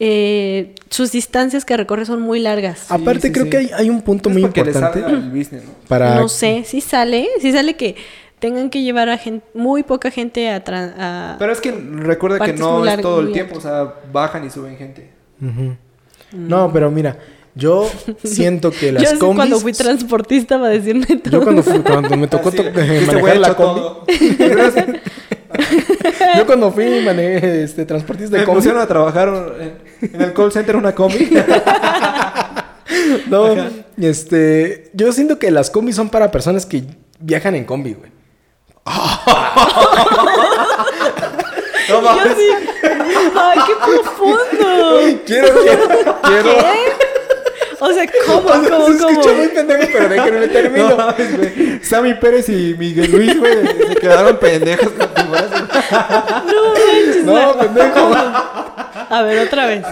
S2: eh, sus distancias que recorre son muy largas.
S1: aparte,
S5: sí,
S1: creo
S5: sí.
S1: que hay, hay un punto
S5: Es
S1: muy
S5: porque les
S1: importante
S5: habla el business, ¿no?
S1: para...
S2: No sé, si sale, si sale que tengan que llevar a gente, muy poca gente a... tran- a-
S5: Pero es que recuerda que
S2: Partes
S5: no
S2: muy
S5: es
S2: largas,
S5: todo el
S2: muy
S5: tiempo, o sea, bajan y suben gente.
S1: Ujú. No, pero mira, yo siento que las
S2: yo sí,
S1: combis...
S2: cuando fui transportista va a decirme todo.
S1: Yo cuando, fui- cuando me tocó
S5: Así,
S1: to-
S5: que este
S1: manejar
S5: güey
S1: la
S5: echó
S1: combi...
S5: todo.
S1: Yo cuando fui y manejé este, transportes
S5: Me
S1: de combi...
S5: pusieron a trabajar en, en el call center una combi.
S1: No, este... Yo siento que las combis son para personas que viajan en combi, güey.
S5: No
S2: Y yo
S5: mames.
S2: así, ¡Ay, qué profundo!
S1: Quiero, quiero, quiero...
S2: O sea, ¿cómo,
S5: Ah,
S1: O sea,
S2: cómo,
S1: se escuchó
S2: cómo?
S1: muy pendejo, pero déjenme termino.
S5: No mames, güey. Sammy Pérez y Miguel Luis, güey, se quedaron pendejos con tu brazo.
S2: No manches,
S1: No, pendejo.
S2: A ver, otra vez.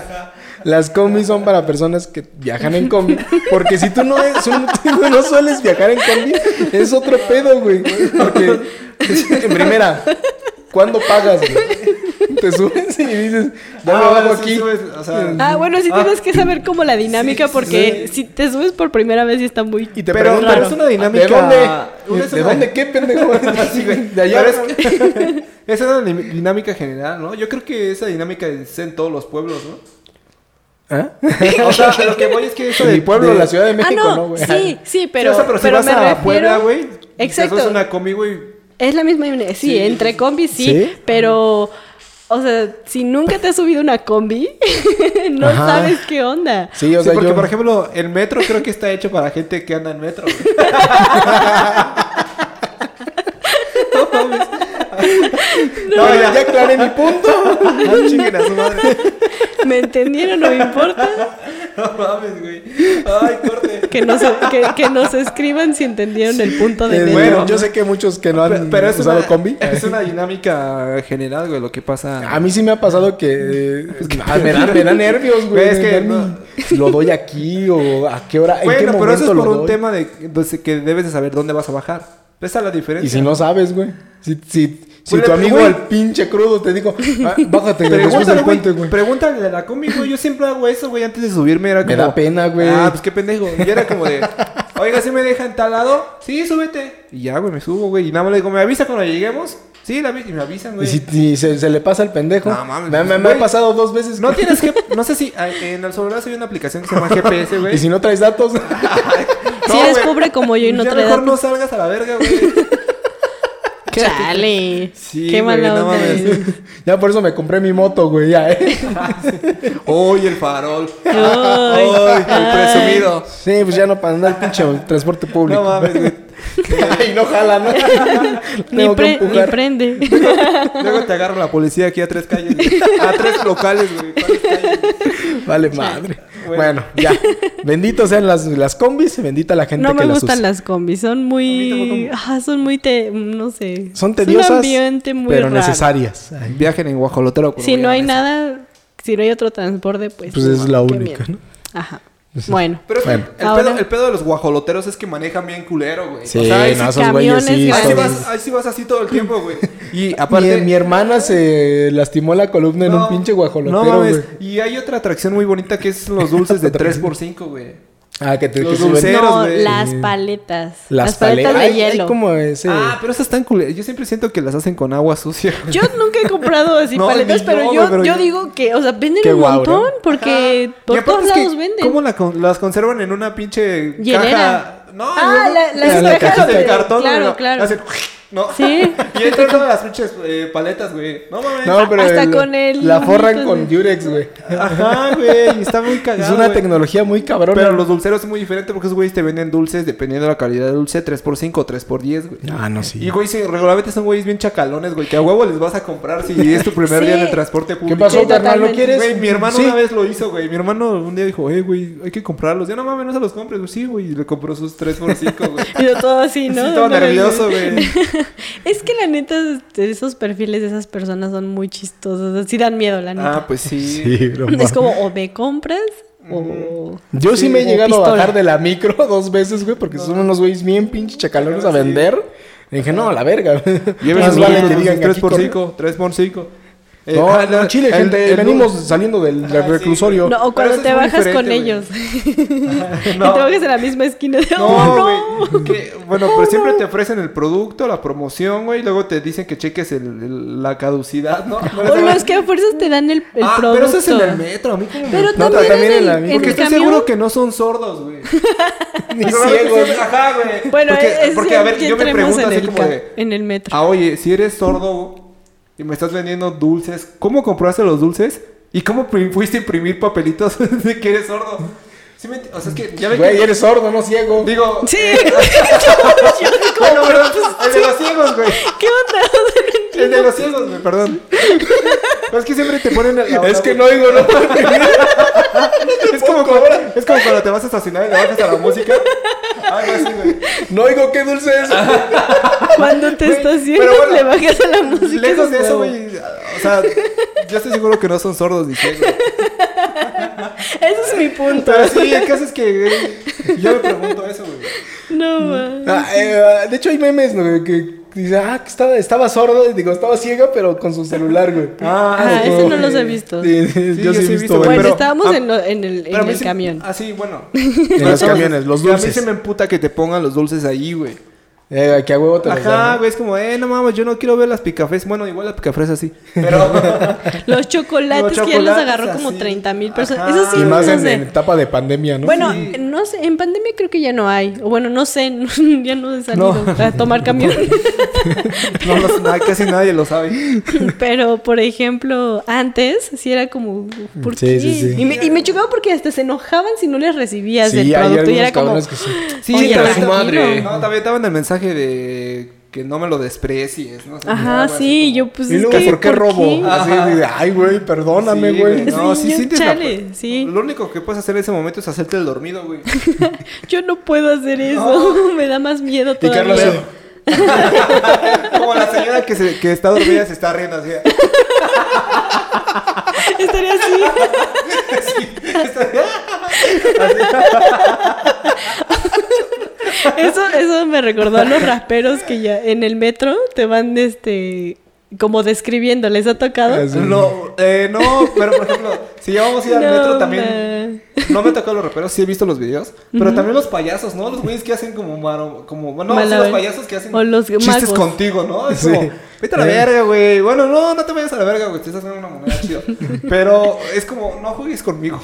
S1: Las combis son para personas que viajan en combi. Porque si tú no, es- si tú no sueles viajar en combi, es otro pedo, güey. Porque, en primera, ¿cuándo pagas, güey? Te subes y dices, dame
S5: Ah,
S1: abajo
S5: sí,
S1: aquí.
S5: subes, o sea,
S2: Ah, bueno, sí
S5: Ah.
S2: tienes que saber como la dinámica
S5: Sí,
S2: porque
S5: sí.
S2: si te subes por primera vez y está muy...
S1: Y te
S5: Pero-
S1: preguntan,
S5: pero es una dinámica-
S1: ¿De
S5: una-
S1: dónde?
S5: es
S1: ¿De
S5: una-
S1: dónde qué pendejo?
S5: Sí, güey.
S1: De allá.
S5: Pero es que- Esa es una din- dinámica general, ¿no? Yo creo que esa dinámica es en todos los pueblos, ¿no?
S1: ¿Ah?
S5: O sea, a lo que voy es que eso
S1: En mi
S5: del
S1: pueblo,
S5: de-
S1: la Ciudad de
S2: Ah,
S1: México,
S2: no,
S1: no, güey.
S2: sí, sí, pero,
S5: Sí, o sea, pero, si
S2: pero
S5: vas
S2: me
S5: a
S2: refiero...
S5: Puebla, güey.
S2: Exacto.
S5: Eso es una combi, güey.
S2: Es la misma dinámica. Sí,
S5: Sí.
S2: entre combis sí,
S1: ¿Sí?
S2: pero... O sea, si nunca te has subido una combi, no
S1: Ajá.
S2: sabes qué onda.
S1: Sí, o
S5: Sí,
S1: sea,
S5: porque,
S1: yo-
S5: por ejemplo, el metro creo que está hecho para gente que anda en metro. güey. no, mames.
S1: No,
S5: No,
S1: ya,
S5: ya.
S1: ya aclaré mi punto.
S5: No chinguen a su madre.
S2: ¿Me entendieron? No me importa.
S5: No mames, güey. Ah, Ay, corte.
S2: Que nos, que, que nos escriban si entendieron el punto de
S1: Eh,
S2: medio.
S1: bueno, yo sé que muchos que no han
S5: Pero, Eh, pero es,
S1: usado
S5: una,
S1: combi. Ah,
S5: es una dinámica general, güey, lo que pasa.
S1: A mí sí me ha pasado que eh, ah, me, da, me da nervios, güey.
S5: Es que
S1: me da
S5: no.
S1: mi- lo doy aquí o a qué hora, en qué
S5: Bueno,
S1: momento
S5: pero eso es
S1: lo
S5: por un
S1: doy?
S5: tema de, de- que debes de saber dónde vas a bajar. Esa es la diferencia.
S1: Y si no sabes, güey. Si, si, si
S5: Güey,
S1: tu
S5: le-
S1: amigo
S5: güey.
S1: el pinche crudo te digo, "Ah, bájate después
S5: Pregúntale,
S1: del
S5: güey.
S1: puente, güey.
S5: Pregúntale a la combi, güey. Yo siempre hago eso, güey. Antes de subirme era
S1: Me
S5: como.
S1: da pena, güey.
S5: Ah, pues qué pendejo. Y era como de. Oiga, si me dejan tal lado? Sí, súbete. Y ya, güey, me subo, güey. Y nada más le digo, me avisa cuando lleguemos. Sí, la vi- y me avisan,
S1: Y
S5: güey.
S1: si, si se, se le pasa al pendejo.
S5: No, mames,
S1: me, me- me
S5: güey.
S1: ha pasado dos veces.
S5: No
S1: güey.
S5: tienes que... No sé si... ah, En el celular hay una aplicación que se llama GPS, güey.
S1: Y si no traes datos.
S5: No,
S2: si eres
S5: güey.
S2: pobre como yo y no
S5: Ya
S2: trae
S5: mejor
S2: datos.
S5: no salgas a la verga, güey.
S2: Chale.
S5: Sí,
S2: Qué
S5: güey,
S2: mala
S5: no
S2: onda.
S5: mames.
S1: ya por eso me compré mi moto, güey. Ya, ¿eh?
S5: Uy, el farol.
S2: Ay,
S5: Uy, el
S2: ay.
S5: presumido.
S1: Sí, pues ya no para andar pinche transporte público.
S5: No mames, güey.
S1: Ay, no jala, ¿no?
S2: Ni,
S1: Tengo que
S2: pre- ni
S1: empujar.
S2: prende.
S5: Luego te agarra la policía aquí a tres calles. güey. A tres locales, güey. ¿Cuáles calles?
S1: Vale, madre.
S5: Bueno.
S1: Bueno, ya. Bendito sean las, las combis, bendita la gente
S2: No
S1: que
S2: me
S1: las
S2: gustan
S1: usa.
S2: las combis, son
S5: A mí
S2: muy...
S5: tampoco.
S2: Ah, son muy... Te... No sé.
S1: Son
S2: Es un
S1: tediosas,
S2: ambiente muy
S1: pero
S2: raro.
S1: necesarias. Ay,
S5: Viajen en guajolotero. con
S2: Si no
S5: Guayana
S2: hay
S5: Mesa.
S2: nada, si no hay otro transporte, pues...
S1: Pues es la
S2: qué
S1: única,
S2: miedo.
S1: ¿no?
S2: Ajá. Bueno.
S5: Pero es que
S1: Bueno.
S5: el,
S2: Ahora-
S5: pedo, el pedo de los guajoloteros es que manejan bien culero, güey.
S1: Sí,
S5: O sea, ahí sí-
S1: no, esos
S2: camiones
S1: güeyes sí.
S5: ahí
S2: grandes.
S5: sí
S1: son-
S5: vas, ahí sí vas así todo el tiempo, güey. Y
S1: Mi, mi hermana se lastimó la columna en
S5: No,
S1: un pinche guajolotero,
S5: No mames.
S1: güey.
S5: Y hay otra atracción muy bonita que es los dulces de 3x5, güey.
S1: Ah, que te
S5: Los
S1: que suben-
S5: dulceros,
S2: no,
S5: güey.
S2: las
S1: Sí.
S2: paletas. Las,
S1: Las
S2: paletas,
S1: paletas.
S2: de
S1: Ay, ay,
S2: hielo.
S1: como ese.
S5: Ah, pero esas están culeras. Yo siempre siento que las hacen con agua sucia.
S2: Yo nunca he comprado así
S5: No,
S2: paletas,
S5: ni
S2: pero,
S5: yo,
S2: yo,
S5: güey, pero
S2: yo
S5: yo-
S2: digo que, o sea, venden
S1: Qué
S2: un
S1: guau,
S2: montón
S1: ¿no?
S2: porque
S5: Ajá. Y
S2: por
S5: aparte
S2: todos
S5: es que,
S2: lados venden.
S5: ¿Cómo la con- las conservan en una pinche
S2: Hielera.
S5: caja? No,
S2: Ah,
S5: yo-
S2: la- las
S5: en
S1: cajas
S5: cajas
S1: de-
S5: de cartón.
S2: claro,
S5: güey,
S2: claro.
S5: hacen- No.
S2: Sí.
S5: y entran todas las pinches eh, paletas, güey. No mames.
S1: No, pero
S2: Hasta
S1: el-
S2: con el-
S1: la forran con Durex, güey.
S5: Ajá, güey. y Está muy cagado.
S1: Es una
S5: güey.
S1: tecnología muy cabrona.
S5: Pero los dulceros es muy diferente porque esos güeyes te venden dulces dependiendo de la calidad del dulce, 3x5 o 3x10, güey.
S1: Ah, no, sí.
S5: Y güey, sí, regularmente son güeyes bien chacalones, güey, que a huevo les vas a comprar si es tu primer
S2: Sí.
S5: día en el transporte público.
S1: ¿Qué pasó,
S2: Sí,
S1: carnal? ¿Lo
S2: totalmente.
S1: quieres?
S5: Güey, mi hermano
S1: Sí.
S5: una vez lo hizo, güey. Mi hermano un día dijo, eh, güey, hay que comprarlos. Yo no mames, no se los compres. Güey, sí, güey. Y le compró sus 3x5, güey.
S2: Y yo todo así,
S5: Sí,
S2: ¿no?
S5: estaba
S2: No me-
S5: nervioso, güey.
S2: Es que la neta, este, esos perfiles de esas personas son muy chistosos. o sea, Sí dan miedo, la
S5: Ah,
S2: neta.
S5: pues sí.
S1: Sí, no
S2: es
S1: mames.
S2: como o me compras o...
S1: Yo sí,
S5: Mm. Sí,
S1: me he
S2: o
S1: llegado
S2: pistola.
S1: a bajar de la micro dos veces, güey, porque son unos güeyes bien pinches chacalones a
S5: Sí.
S1: vender. Y dije, no, a la verga.
S5: Lleven
S1: Más
S5: sus
S1: vale
S5: boletos,
S1: que digan que aquí
S5: 3x5, 3x5.
S1: corre- No,
S5: ah, la-
S1: no, Chile,
S5: el-
S1: gente,
S5: el-
S1: venimos saliendo del
S5: Ah, sí,
S1: reclusorio.
S2: No, o
S5: Pero
S2: cuando
S5: eso
S2: te
S5: es muy
S2: bajas con
S5: diferente,
S2: ellos. y
S5: No.
S2: te bajas en la misma esquina de "Oh,
S5: No,
S2: no.
S5: güey. que- Bueno, pero siempre te ofrecen el producto, la promoción, güey. y Luego te dicen que cheques el- el- la caducidad, ¿no?
S2: O los que a fuerzas te dan el, el
S5: ah,
S2: producto.
S5: pero eso es en el metro, a mí como me-
S2: Pero
S1: No,
S2: también, en
S1: también en
S2: el,
S1: la
S2: en
S1: misma.
S2: el
S5: Porque estoy
S2: camión.
S5: seguro que no son sordos, güey.
S1: Ni
S5: Pero
S1: ciegos.
S5: sí, Ajá, güey.
S2: Bueno,
S5: porque,
S2: es-
S5: porque, a ver,
S2: aquí
S5: yo me
S2: entremos
S5: pregunto así
S2: en el,
S5: como
S2: ca-
S5: de...
S2: en el metro.
S5: Ah, oye, si eres sordo y me estás vendiendo dulces, ¿cómo compraste los dulces? ¿Y cómo pri- fuiste a imprimir papelitos de que eres sordo? Sí me ent- o sea, es que ya ve
S1: Güey,
S5: que...
S1: eres sordo, no ciego.
S5: Digo...
S2: Sí,
S5: eh, bueno, perdón, pues, el de los ciegos, güey.
S2: ¿qué onda?
S5: El de los ciegos, güey, perdón. Pero es que siempre te ponen... la- la-
S1: Es que no oigo, no puedo
S5: Es como, cuando, es como cuando te vas a estacionar y le bajas a la música. Algo así, Ah, güey.
S1: No oigo qué dulce es.
S2: Cuando te
S5: Güey,
S2: estás
S5: pero bueno,
S2: le bajas a la música.
S5: Lejos
S2: eso
S5: de
S2: es
S5: eso,
S2: nuevo.
S5: güey. O sea, yo estoy seguro que no son sordos ni ciegos.
S2: Ese es mi punto.
S5: Pero sí, el caso es que güey, yo me pregunto eso, güey. Mm.
S2: No, ma.
S1: Ah, eh, ah, de hecho, hay memes ¿no? que, que dice, ah, que estaba, estaba sordo. y Digo, estaba ciega, pero con su celular, güey.
S2: Ah,
S1: como-
S2: ese no los he visto.
S1: Sí, sí,
S5: Sí,
S1: yo sí he visto,
S2: Bueno,
S1: güey.
S5: pero-
S2: estábamos
S5: ah,
S2: en, lo- en el, en
S5: a mí
S2: el
S5: sí-
S2: camión.
S5: Ah, sí, bueno.
S1: En los camiones, los
S5: Y A mí
S1: dulces.
S5: se me emputa que te pongan los dulces ahí, güey.
S1: Eh, que a huevo te los dan,
S5: Ajá,
S1: ¿no?
S5: güey, es como, eh, no mames, yo no quiero ver las picafres. Bueno, igual las picafresas sí. Pero.
S2: Los chocolates,
S5: Los
S2: que ya los
S5: chocolates,
S2: agarró como
S5: así.
S2: 30 mil
S5: Ajá.
S2: personas. Eso sí,
S1: Y
S2: no
S1: más en,
S2: sé.
S1: en etapa de pandemia, ¿no?
S2: Bueno,
S5: Sí.
S2: no sé, en pandemia creo que ya no hay. O bueno, no sé, ya no he salido a tomar camión.
S5: no, los- na- casi nadie lo sabe.
S2: Pero, por ejemplo, antes sí era como, ¿por
S1: Sí,
S2: qué?
S1: sí, sí.
S2: Y, me, y me chocaba porque hasta se enojaban si no les recibías
S1: sí,
S2: el
S1: hay
S2: producto. Y
S1: algunos
S2: era como,
S1: cabrones que sí.
S5: Sí,
S2: Oye,
S5: también
S2: su
S5: está-
S2: madre.
S5: No, también estaba en el mensaje de que no me lo desprecies, ¿no? O sea,
S2: ajá,
S5: algo así
S2: sí,
S5: como- ah,
S2: yo pues
S1: y
S2: es
S1: luego,
S2: que,
S1: ¿por qué Ah. robo?
S2: qué?
S1: Así, de, ay, güey, perdóname,
S5: Sí,
S1: güey.
S5: No,
S2: Sí,
S5: sí,
S2: yo-
S5: sientes la-
S2: chale, sí.
S5: Lo único que puedes hacer en ese momento es hacerte el dormido, güey.
S2: Yo no puedo hacer eso, me da más miedo
S1: Y
S2: todavía.
S1: Carlos, eh,
S5: Como la señora que, se- que está dormida se está riendo así.
S2: Estaría así. Eso, eso me recordó a los rasperos que ya en el metro te van este como describiendo, ¿les ha tocado?
S1: Es-
S5: No, eh, no, pero por ejemplo, si ya vamos a ir al
S2: No,
S5: metro también. No me tocó los raperos, sí he visto los videos. Pero también los payasos, ¿no? Los güeyes que hacen como maro, como. No, sí,
S2: Malabar-
S5: los payasos que hacen
S2: o los
S5: chistes
S2: magos.
S5: contigo, ¿no? Es
S1: Sí. Eh.
S5: como, Vete a la verga, güey. Bueno, no, no te vayas a la verga, güey. Te estás haciendo una moneda chida. Pero es como, no juegues conmigo.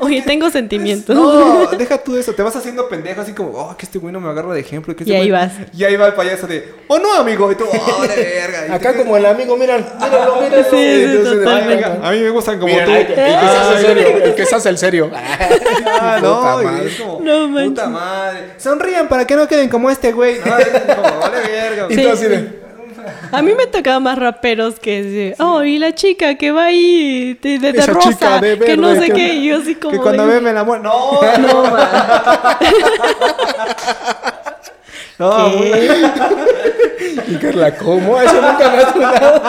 S2: Oye, tengo sentimientos.
S5: No, deja tú eso. Te vas haciendo pendejo, así como, oh, que este güey no me agarra de ejemplo. Que este
S2: Y ahí
S5: güey-
S2: vas.
S5: Y ahí va el payaso de, oh, no, amigo. Y tú, oh, la verga. Y te
S1: Acá
S5: quedas-
S1: como el amigo, miran, míralo, míralo.
S2: Sí, sí,
S1: Entonces,
S5: Ay,
S2: totalmente. Ah.
S1: venga.
S5: venga, a mí me gustan como
S1: Mira,
S5: tú.
S1: ahí te- el que se hace serio, el que se hace el serio.
S5: Ah,
S1: Puta
S5: no,
S1: madre.
S5: güey, es como,
S2: No manches.
S5: puta madre. Sonrían para que no queden como este güey. No, es como, vale verga.
S1: Y
S5: güey.
S2: Sí.
S1: tú así de,
S2: A mí me tocaba más raperos que sí. Oh, y la chica que va ahí de, de- de
S1: Esa
S2: rosa,
S1: chica de
S2: que no
S1: verde,
S2: sé
S1: que-
S2: qué, y yo así como
S5: Que cuando
S2: de-
S5: ve me la muer- No, no,
S2: No, ma.
S1: "Ah,
S5: no. güey.
S1: y Carla, ¿cómo? Eso nunca me ha sonado.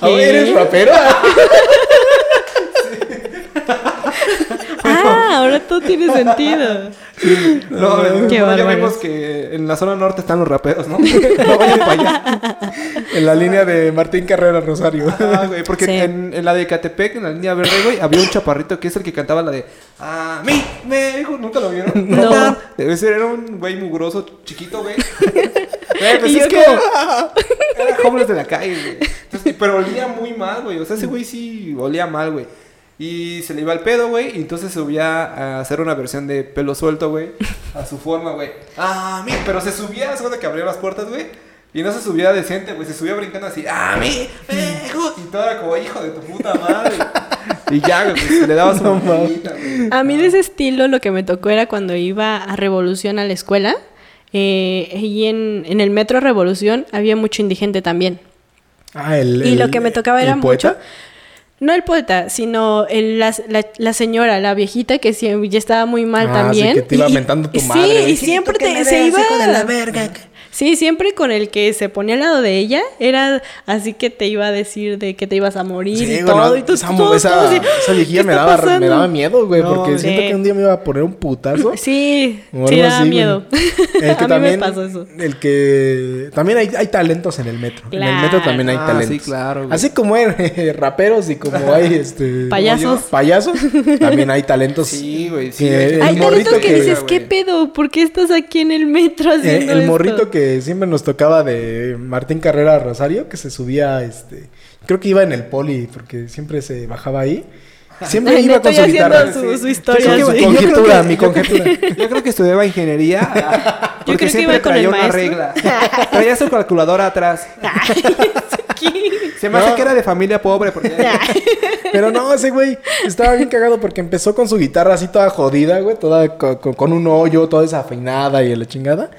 S1: A ver,
S2: ¿Qué?
S1: ¿eres rapero?
S2: Ah, ahora todo tiene sentido.
S5: No, güey,
S2: Qué
S5: bueno, ya
S2: bárbaros.
S5: vemos que en la zona norte están los raperos, ¿no? No vayan para allá.
S1: En la línea de Martín Carrera Rosario.
S5: Ah, güey, porque
S2: Sí.
S5: en, en la de Catepec, en la línea verde, güey, había un chaparrito que es el que cantaba la de A mí me dijo", ¿Nunca lo vieron?
S2: No.
S5: Nunca. Debe ser, era un güey mugroso, chiquito, güey. Güey, pues
S2: Y
S5: es
S2: yo
S5: que era homeless de la calle, güey. Entonces, pero olía muy mal, güey. O sea, ese güey sí olía mal, güey. Y se le iba el pedo, güey. Y entonces subía a hacer una versión de pelo suelto, güey. A su forma, güey. Ah, mí. Pero se subía, segunda que abría las puertas, güey. Y no se subía decente, güey. Se subía brincando así. ¡Ah, mí! eh, hijo". Y todo era como hijo de tu puta madre. Y ya, güey. pues, le daba su
S1: No mames.
S5: mordidita, güey.
S2: A mí de ese estilo lo que me tocó era cuando iba a Revolución a la escuela. eh, y en, en el metro Revolución había mucho indigente también.
S1: Ah, el,
S2: y lo
S1: el-
S2: que me tocaba
S1: el
S2: era
S1: poeta.
S2: mucho. No el poeta, sino el- la, la- la señora, la viejita que sie- ya estaba muy mal
S1: Ah,
S2: también.
S1: sí, que te iba
S2: Y- y-
S1: mentando tu
S2: sí,
S1: madre.
S2: y siempre te- se iba. Sí, siempre con el que se ponía al lado de ella, era así que te iba a decir de que te ibas a morir
S1: Sí,
S2: y
S1: güey,
S2: todo.
S1: no,
S2: y tú,
S1: esa,
S2: todo-
S1: esa-
S2: todo así,
S1: esa viejilla
S2: "¿Qué
S1: me
S2: está
S1: daba,
S2: pasando?".
S1: me daba miedo, güey,
S5: No,
S1: porque
S2: sí.
S1: siento que un día me iba a poner un putazo.
S2: Sí,
S1: o
S2: sí,
S1: algo
S2: daba
S1: así, güey.
S2: miedo.
S1: El que
S2: a mí
S1: también,
S2: me pasó eso.
S1: El que también hay, hay talentos en el metro. En el metro también hay
S5: Claro. Ah, sí,
S1: talentos.
S5: claro, güey.
S1: Así como hay eh, raperos y como hay este
S2: Payasos.
S1: payasos, también hay talentos.
S5: Sí, güey, sí,
S1: Que
S5: hay gente
S1: el
S2: Hay
S1: morrito
S2: talentos que,
S1: que-
S2: dices, ¿qué
S5: güey.
S2: pedo? ¿Por qué estás aquí en el metro
S1: Eh,
S2: haciendo
S1: el
S2: esto?"
S1: morrito que siempre nos tocaba de Martín Carrera Rosario, que se subía, este, creo que iba en el poli, porque siempre se bajaba ahí. Siempre
S2: Ay,
S1: iba
S2: Neto
S1: con su
S2: ya
S1: guitarra.
S2: haciendo su, su
S1: Yo
S2: historia.
S1: creo que-
S2: sí.
S1: mi
S5: creo
S1: conjetura,
S5: que-
S1: mi
S5: yo creo-
S1: conjetura.
S5: Yo creo que estudiaba ingeniería. ah,
S2: creo
S5: Porque
S2: que
S5: siempre
S2: iba con
S5: traía
S2: el
S5: una
S2: maestro.
S5: regla. Traía su calculadora atrás. Se me
S1: No.
S5: hace que era de familia pobre. Porque...
S1: Pero no, ese güey estaba bien cagado porque empezó con su guitarra así toda jodida, güey, toda co- co- con, un hoyo, toda desafeinada y la chingada.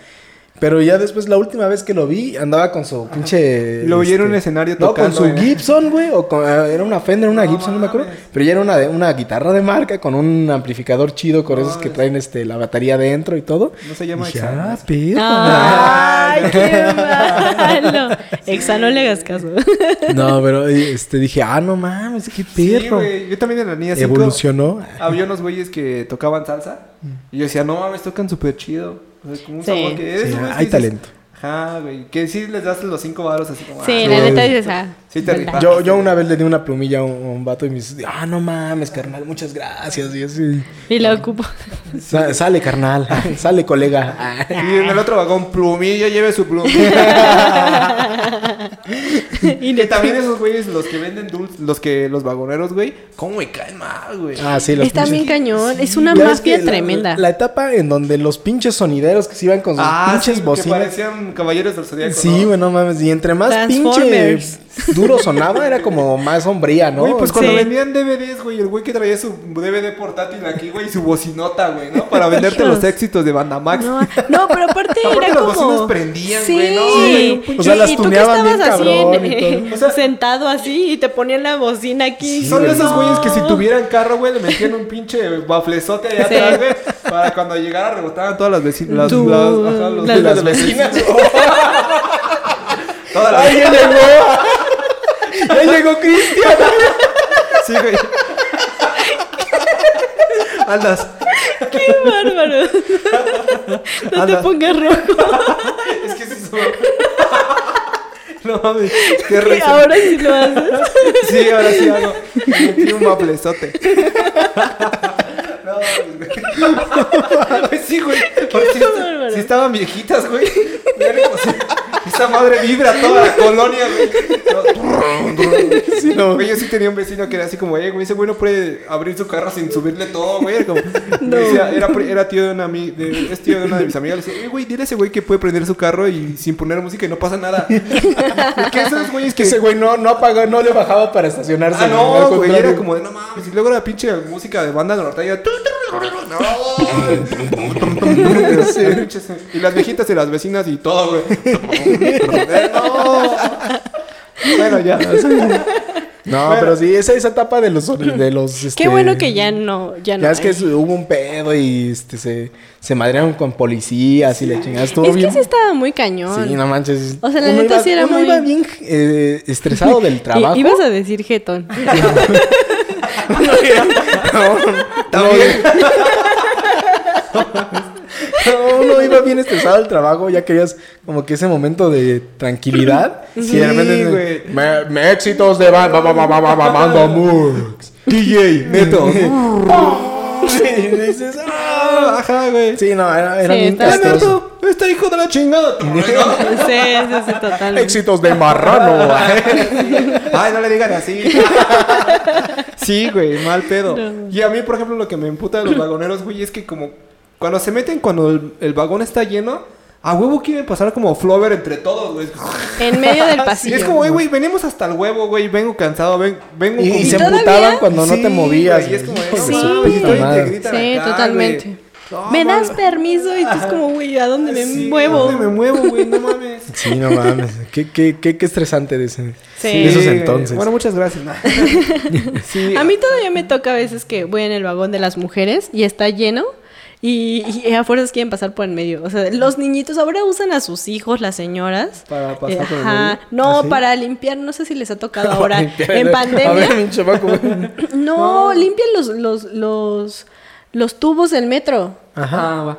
S1: Pero ya después, la última vez que lo vi, andaba con su pinche. este,
S5: Lo vi en un escenario
S1: No, con
S5: tocando,
S1: su
S5: eh.
S1: Gibson, güey, o con- eh, era una Fender, una Gibson, no me acuerdo. Pero ya era una, de- una guitarra de marca con un amplificador chido, con esos que traen este, la batería dentro y todo.
S5: No se llama
S1: Y dije,
S5: Exxon.
S1: "Ah, perro".
S2: Ay, qué malo. Exa, no le hagas caso.
S1: No, pero eh, este, dije, ah, no mames, qué
S5: Sí,
S1: perro.
S5: güey. Yo también en la niña 5
S1: Evolucionó.
S5: había unos güeyes que tocaban salsa.
S1: Mm.
S5: Y yo decía, no mames, tocan súper chido. O sea, como un
S2: Sí.
S5: sabor que esos
S1: Sí, hay
S5: güeyes que dices,
S1: talento.
S5: Ajá, güey. Que sí les das los cinco varos así como.
S2: Sí,
S5: ah,
S2: la
S1: sí.
S2: neta dices, ah.
S5: Sí, te
S2: ¿verdad?
S5: rifaste.
S1: Yo, yo una vez le di una plumilla a un, a un vato y me dice, ah, no mames, carnal, muchas gracias. Y así,
S2: Y la ocupo.
S1: "Sa- sale, carnal, sale, colega. Ah,
S5: Y en el otro vagón, plumilla, lleve su plumilla.
S2: Y
S5: Que
S2: neta,
S5: también esos güeyes, los que venden dulces, los que, los vagoneros, güey, cómo me caen mal, güey.
S1: Ah, sí, los
S2: Está bien
S1: pinches-
S2: cañón. Es una
S1: Ya ves que
S2: mafia
S1: la-
S2: tremenda.
S1: La, etapa en donde los pinches sonideros que se iban con sus
S5: Ah,
S1: pinches
S5: sí, que
S1: bocinas.
S5: parecían caballeros del zodiaco.
S1: Sí,
S5: ¿no?
S1: güey, no mames. Y entre más pinche
S2: Transformers.
S1: duro sonaba, era como más sombría, ¿no?
S5: Güey, pues
S1: Sí.
S5: cuando
S2: Sí.
S5: vendían DVDs, güey, el güey que traía su DVD portátil aquí, güey, y su bocinota, güey, ¿no? Para venderte
S2: Hijos.
S5: los éxitos de Bandamax.
S2: No, no, pero aparte era
S5: Aparte las
S2: como...
S5: bocinas prendían,
S2: sí.
S5: güey, ¿no? Sí, un
S1: O sea, las
S2: ¿Y tú qué
S1: tuneaban bien
S2: estabas así
S1: cabrón
S2: en- eh,
S1: y
S5: todo. O sea-
S2: sentado así y te ponían la bocina aquí.
S5: Son de esos
S2: No.
S5: güeyes que si tuvieran carro, güey, le metían un pinche baflezote allá
S2: Sí.
S5: atrás, güey, para cuando llegara rebotaban todas las vecinas. Las,
S2: Tu-
S5: las- ajá, los-
S2: las-
S5: las
S1: las
S5: vecinas. Todas las-
S1: ¡Ay, ya llegó! ¡Ya llegó Cristian!
S5: Sí, güey. Andas,
S2: ¡Qué bárbaro! No te
S5: Anda.
S2: pongas rojo.
S5: es que sí son- No mames, qué
S2: que
S5: risa.
S2: ahora sí lo haces.
S5: Sí, ahora sí hago. Me metí un maplezote. No, mames, güey. Pues sí, güey. Porque sí,
S2: bárbaro.
S5: sí estaban viejitas, güey. Verga, o sea, Esa madre vibra toda la colonia, güey.
S1: Sí, no.
S5: Güey, yo sí tenía un vecino que era así como, eh, güey, ese güey no puede abrir su carro sin subirle todo, güey. Era como-
S2: No.
S5: decía- era, pri- era tío de una ami- de- es tío de una de mis amigas. Le decía, eh, güey, dile a ese güey que puede prender su carro y sin poner música y no pasa nada. Porque esos güeyes que.
S1: Ese güey no, no apagó, no le bajaba para estacionarse.
S5: Ah,
S1: al
S5: no, güey,
S1: contrario.
S5: era como de no mames. Y luego era pinche música de banda norteña. No,
S1: Sí.
S5: Pinches- y las viejitas y las vecinas y todo, güey. No. Bueno, ya.
S1: No,
S5: Bueno.
S1: pero sí, esa, esa etapa de los... De los este,
S2: Qué bueno que ya no. Ya, no eh.
S1: Ya es que
S2: hay.
S1: su- hubo un pedo y este, se, se madrearon con policías y le chingadas. Estuvo
S2: Es
S1: bien.
S2: que sí estaba muy cañón.
S1: Sí, no manches.
S2: O sea, la
S1: Uno
S2: neta
S1: iba-
S2: sí era
S1: uno
S2: muy-
S1: iba bien eh, estresado del trabajo.
S2: I- Ibas a decir jetón.
S5: También.
S1: No, uno iba bien estresado del trabajo, ya querías como que ese momento de tranquilidad.
S5: Sí,
S1: y de repente,
S5: güey.
S1: Me, me éxitos de banda, ba, ba, ba, ba, ba, banda Mux. DJ,
S5: Neto.
S1: Sí, dices, "Ah".
S5: Ajá, güey.
S1: Sí, no, era, era
S2: Sí,
S1: bien
S2: está-
S5: Ah,
S1: castroso.
S5: Neto, este hijo de la chingada.
S2: sí, sí, sí, totalmente.
S1: Éxitos de marrano.
S5: Ay, no le digan así. Sí, güey, mal pedo.
S2: No.
S5: Y a mí, por ejemplo, lo que me emputa de los vagoneros, güey, es que como cuando se meten, cuando el, el vagón está lleno, a huevo quieren pasar como flover entre todos, güey.
S2: En medio del
S5: Sí,
S2: pasillo.
S5: es como, güey, güey, venimos hasta el huevo, güey, vengo cansado, ven- vengo
S1: Y, y
S5: con-
S1: se
S2: todavía?
S1: emputaban cuando no
S5: Sí,
S1: te movías.
S5: güey, y es como,
S1: Hijo de
S2: Sí.
S1: su
S2: güey,
S1: puta
S2: estoy
S1: madre.
S5: integrita.
S2: Sí,
S5: acá,
S2: totalmente.
S5: güey. No,
S2: me das
S5: mames.
S2: permiso y tú es como, güey, ¿a dónde me
S5: Sí,
S2: muevo?
S5: ¿dónde me muevo, güey? No mames.
S1: Sí, no mames. Qué, qué, qué, qué estresante de, ese-
S2: Sí.
S1: de esos
S5: Sí, güey.
S1: entonces.
S5: Eh, Bueno, muchas gracias. ¿no? sí.
S2: A mí todavía me toca a veces que voy en el vagón de las mujeres y está lleno y, y a fuerzas quieren pasar por en medio. O sea, los niñitos ahora usan a sus hijos, las señoras.
S5: Para pasar
S2: Eh,
S5: por el
S2: ajá.
S5: medio.
S2: No,
S1: ¿Ah, sí?
S2: para limpiar, no sé si les ha tocado ahora.
S1: A
S2: en
S1: ver, A
S2: pandemia.
S1: ver, mi chamaco.
S2: No, limpian los, los, los, los tubos del metro.
S1: Ajá.
S5: Ah, va.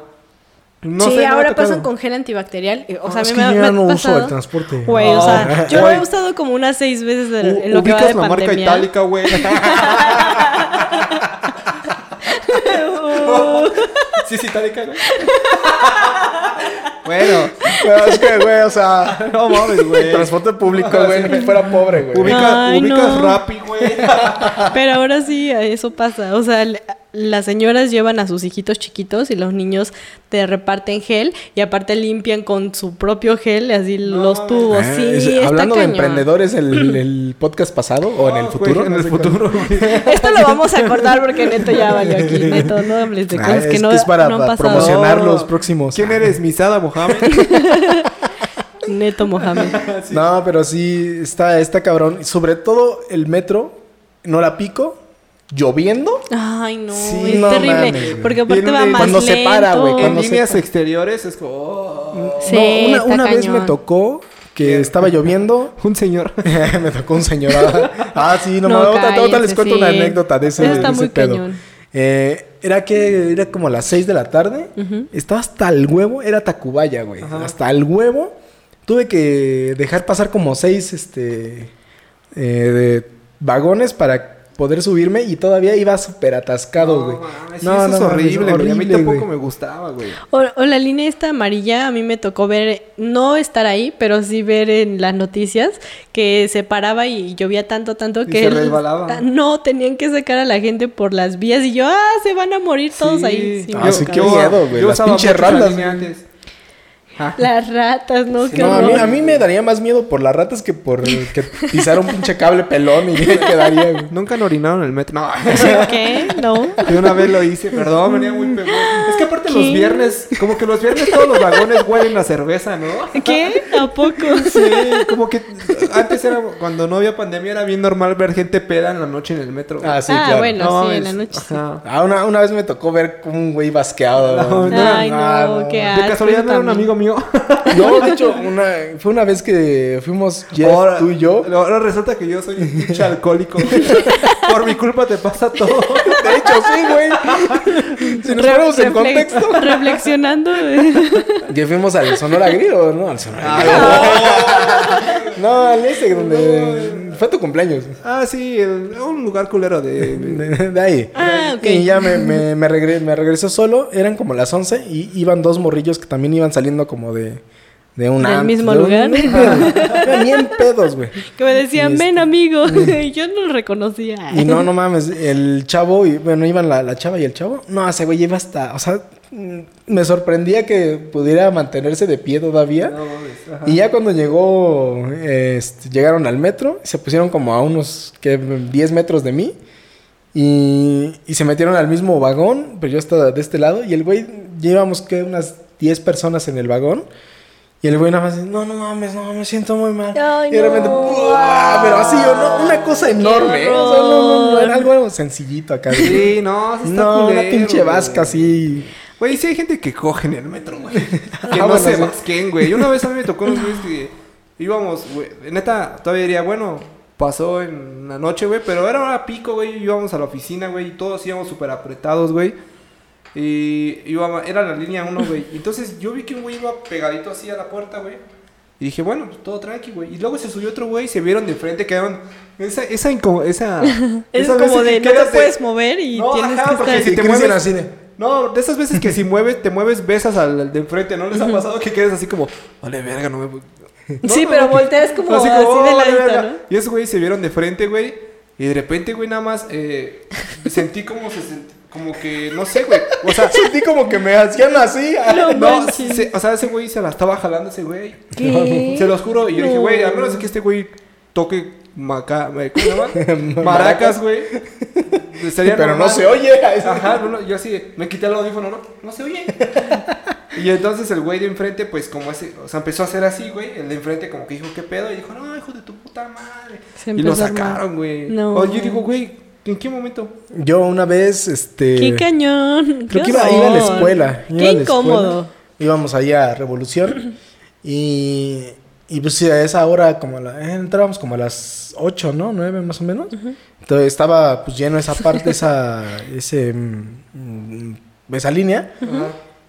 S5: No
S2: sí,
S5: sé, no me ha
S2: ahora
S5: tocado.
S2: pasan con gel antibacterial. eh, O sea, a
S1: Ah,
S2: mí me,
S1: es que
S2: ha-
S1: yo
S2: me
S1: ya
S2: ha
S1: no uso
S2: pasado.
S1: el transporte.
S2: Güey, o sea,
S5: Oh.
S2: yo lo he
S5: Güey.
S2: usado como unas seis veces de-
S5: U-
S2: en lo que va
S5: ubicas
S2: de
S5: la marca
S2: pandemia.
S5: itálica, güey. sí, es itálica, güey. bueno,
S1: Pero es que, güey, o sea.
S5: no
S1: Pues,
S5: mames, güey.
S1: Transporte público, güey. Que fuera pobre, güey.
S5: Ubicas,
S2: Ay,
S5: ubicas
S2: no.
S5: Rappi, güey.
S2: Pero ahora sí, eso pasa. O sea, le- las señoras llevan a sus hijitos chiquitos y los niños te reparten gel y aparte limpian con su propio gel así los
S5: mames.
S2: tubos.
S1: Ah,
S2: sí,
S1: es-
S2: está
S1: hablando de
S2: cañón.
S1: emprendedores, el, el podcast pasado o Oh, en el
S5: No,
S1: futuro.
S5: güey, en
S1: no
S5: el
S1: sé
S5: futuro, güey.
S2: Esto lo vamos a cortar porque Neto ya valió aquí. Neto, no hables de
S1: Ah,
S2: cosas que
S1: es
S2: no,
S1: que es para-
S2: no han
S1: para
S2: pasado.
S1: promocionar. Emocionar los próximos.
S5: ¿Quién eres, Misada Mohamed?
S2: Neto Mohamed.
S1: cuál. No, pero sí, está, está cabrón. Y Sobre todo el metro, no la pico, lloviendo.
S2: Ay, no,
S1: Sí,
S2: es
S1: no
S2: terrible.
S1: mames.
S2: porque
S5: Y
S2: aparte
S5: en
S2: va
S5: un-
S2: más
S1: cuando
S2: lento.
S1: se para, güey,
S5: En
S1: cuando se-
S5: líneas exteriores es como... oh.
S2: Sí,
S1: No, una,
S2: está
S1: una vez me
S2: cañón.
S1: tocó que estaba lloviendo.
S5: Un señor.
S1: me tocó un señor. Ah, ah, sí, no,
S2: No,
S1: mames, otra, otra les
S2: cállense,
S1: cuento una
S2: sí.
S1: anécdota de ese,
S2: Eso está
S1: de ese
S2: muy
S1: pedo.
S2: cañón.
S1: Eh, era que era como las 6 de la tarde. Estaba hasta el huevo. Era Tacubaya, güey.
S5: Ajá.
S1: Hasta el huevo. Tuve que dejar pasar como 6 este, eh, de vagones para poder subirme y todavía iba súper atascado, güey.
S5: mames, eso es
S1: mames,
S5: horrible, güey. A mí
S1: horrible,
S5: tampoco
S1: güey.
S5: me gustaba, güey.
S2: O, o la línea esta amarilla, a mí me tocó ver, no estar ahí, pero sí ver en las noticias que se paraba y llovía tanto, tanto
S5: Y
S2: que...
S5: se
S2: el-
S5: resbalaba.
S2: ah, No, tenían que sacar a la gente por las vías y yo, ah, se van a morir todos ahí. Sí,
S1: Ah,
S2: me
S1: sí,
S2: tocaba.
S1: qué miedo, güey. Las pinches ratas, güey.
S5: antes. Ah.
S2: Las ratas, ¿no? Qué
S1: No, a mí,
S2: horror.
S1: a mí me daría más miedo por las ratas que por eh, que pisar un pinche cable pelón y me quedaría, güey.
S5: Nunca han orinado en el metro. No.
S2: ¿Qué? No.
S5: Yo una vez lo hice, perdón, venía muy pegado. Es que aparte los
S2: ¿Qué?
S5: viernes, como que los viernes todos los vagones huelen a cerveza, ¿no?
S2: ¿Qué? ¿A poco?
S5: Sí, como que antes era, cuando no había pandemia, era bien normal ver gente peda en la noche en el metro. güey.
S1: Ah, sí,
S2: ah,
S1: claro.
S2: bueno,
S5: No,
S2: sí, en la
S5: es-
S2: noche. sí.
S5: ajá.
S1: Ah, una, una vez me tocó ver como un güey basqueado.
S5: No,
S1: güey.
S2: Ay, no,
S1: Ah, no.
S2: qué
S5: De
S2: asco,
S5: casualidad
S2: yo
S5: no era un
S2: también.
S5: amigo mío.
S1: No, de hecho, una, fue una vez que fuimos Jeff,
S5: Ahora-
S1: tú y yo.
S5: Ahora resulta que yo soy un pinche alcohólico. güey. Por mi culpa te pasa todo.
S1: De hecho, sí, güey. Si nos
S2: Re-
S1: ponemos en
S2: reflex-
S1: contexto.
S2: Reflexionando.
S1: Que fuimos al Sonora Grill, ¿o no? Al Sonora Grill. No, al ese donde... Fue tu cumpleaños.
S5: Ah, sí, el- un lugar culero de...
S1: De, de ahí.
S2: Ah, ok.
S1: Y ya me, me, me regre- me regresó solo. Eran como las 11 y iban dos morrillos que también iban saliendo como de, De un
S2: Del
S1: antro,
S2: mismo
S1: de un-
S2: lugar.
S1: Ni en pedos, güey.
S2: Que me decían,
S1: Y este, mm.
S2: ven amigo. Y yo no lo reconocía.
S1: Y no, no mames, el chavo, y bueno, iban la, la chava y el chavo. No, ese güey iba hasta, o sea, mm, me sorprendía que pudiera mantenerse de pie todavía.
S5: No mames. Ajá.
S1: Y ya cuando llegó, este, llegaron al metro, se pusieron como a unos ¿qué? 10 metros de mí y, y se metieron al mismo vagón, pero yo estaba de este lado y el güey, llevamos que unas 10 personas en el vagón y el güey nada más, no, no mames, no, me siento muy mal.
S2: Ay,
S1: y de repente,
S2: no.
S1: ¡buah! pero así, yo, no, una cosa enorme, ¿eh? o sea, no, no, no, era algo sencillito acá.
S5: Sí, no, sí está
S1: no, una
S5: culero,
S1: pinche
S5: güey.
S1: vasca así.
S5: Güey, sí hay gente que coge en el metro, güey. Que
S1: Ah,
S5: no
S1: bueno,
S5: se
S1: sí.
S5: vasquen, güey. Una vez a mí me tocó unos güeyes que íbamos, güey. Neta, todavía diría, bueno, pasó en la noche, güey. Pero era hora pico, güey. y Íbamos a la oficina, güey. Y todos íbamos súper apretados, güey. Y iba, era la línea 1, güey. Entonces yo vi que un güey iba pegadito así a la puerta, güey. Y dije, bueno, pues todo tranqui, güey. Y luego se subió otro güey, se vieron de frente, quedaron. Esa, esa, inco- esa.
S2: Es
S5: esas
S2: como de,
S5: veces que
S2: no te
S5: quedas
S2: puedes mover y
S5: No,
S2: tienes
S5: ajá,
S2: que
S5: porque
S2: estar...
S5: si
S1: Y
S5: te
S1: Cristian
S5: mueves-
S1: así de,
S5: no, de esas veces que si mueves, te mueves, besas al, al de enfrente, ¿no les ha pasado que quedes así como, vale, verga, no me. voy". No,
S2: Sí,
S5: no,
S2: pero
S5: no,
S2: volteas como así
S5: "Oh,
S2: de
S5: vale,
S2: ladito,
S5: verga".
S2: ¿no?
S5: Y esos güeyes se vieron de frente, güey, y de repente, güey, nada más eh, sentí como se sent- como que, no sé, güey, o sea.
S1: sentí como que me hacían así.
S2: No
S5: No,
S2: manches.
S5: se- o sea, ese güey se la estaba jalando ese güey.
S2: ¿Qué?
S5: Se los juro. Y yo dije,
S2: No.
S5: güey, al menos que este güey toque maca, eh, ¿cómo se llama?
S1: Maracas.
S5: Maracas, güey. Sería
S1: Pero no
S5: normal.
S1: se oye.
S5: Ajá, no, no, yo así, de, me quité el audífono, no, no se oye. y entonces el güey de enfrente, pues como ese, o sea, empezó a hacer así, güey. El de enfrente como que dijo, ¿qué pedo? Y dijo, no, hijo de tu puta madre.
S2: Se
S5: y lo
S2: empezó a armar.
S5: sacaron, güey.
S2: No.
S5: O yo digo, güey, ¿en qué momento?
S1: Yo una vez, este.
S2: ¡Qué cañón!
S1: Creo
S2: ¡Qué
S1: que iba, iba a la
S2: horror!
S1: escuela. iba
S2: ¡Qué
S1: a la
S2: incómodo!
S1: escuela. Íbamos allá a Revolución. Y, y pues sí, a esa hora, como a la- eh, entrábamos como a las 8, ¿no? 9 más o menos. Entonces estaba pues lleno esa parte, esa, ese, mm, mm, esa línea.
S5: Ajá.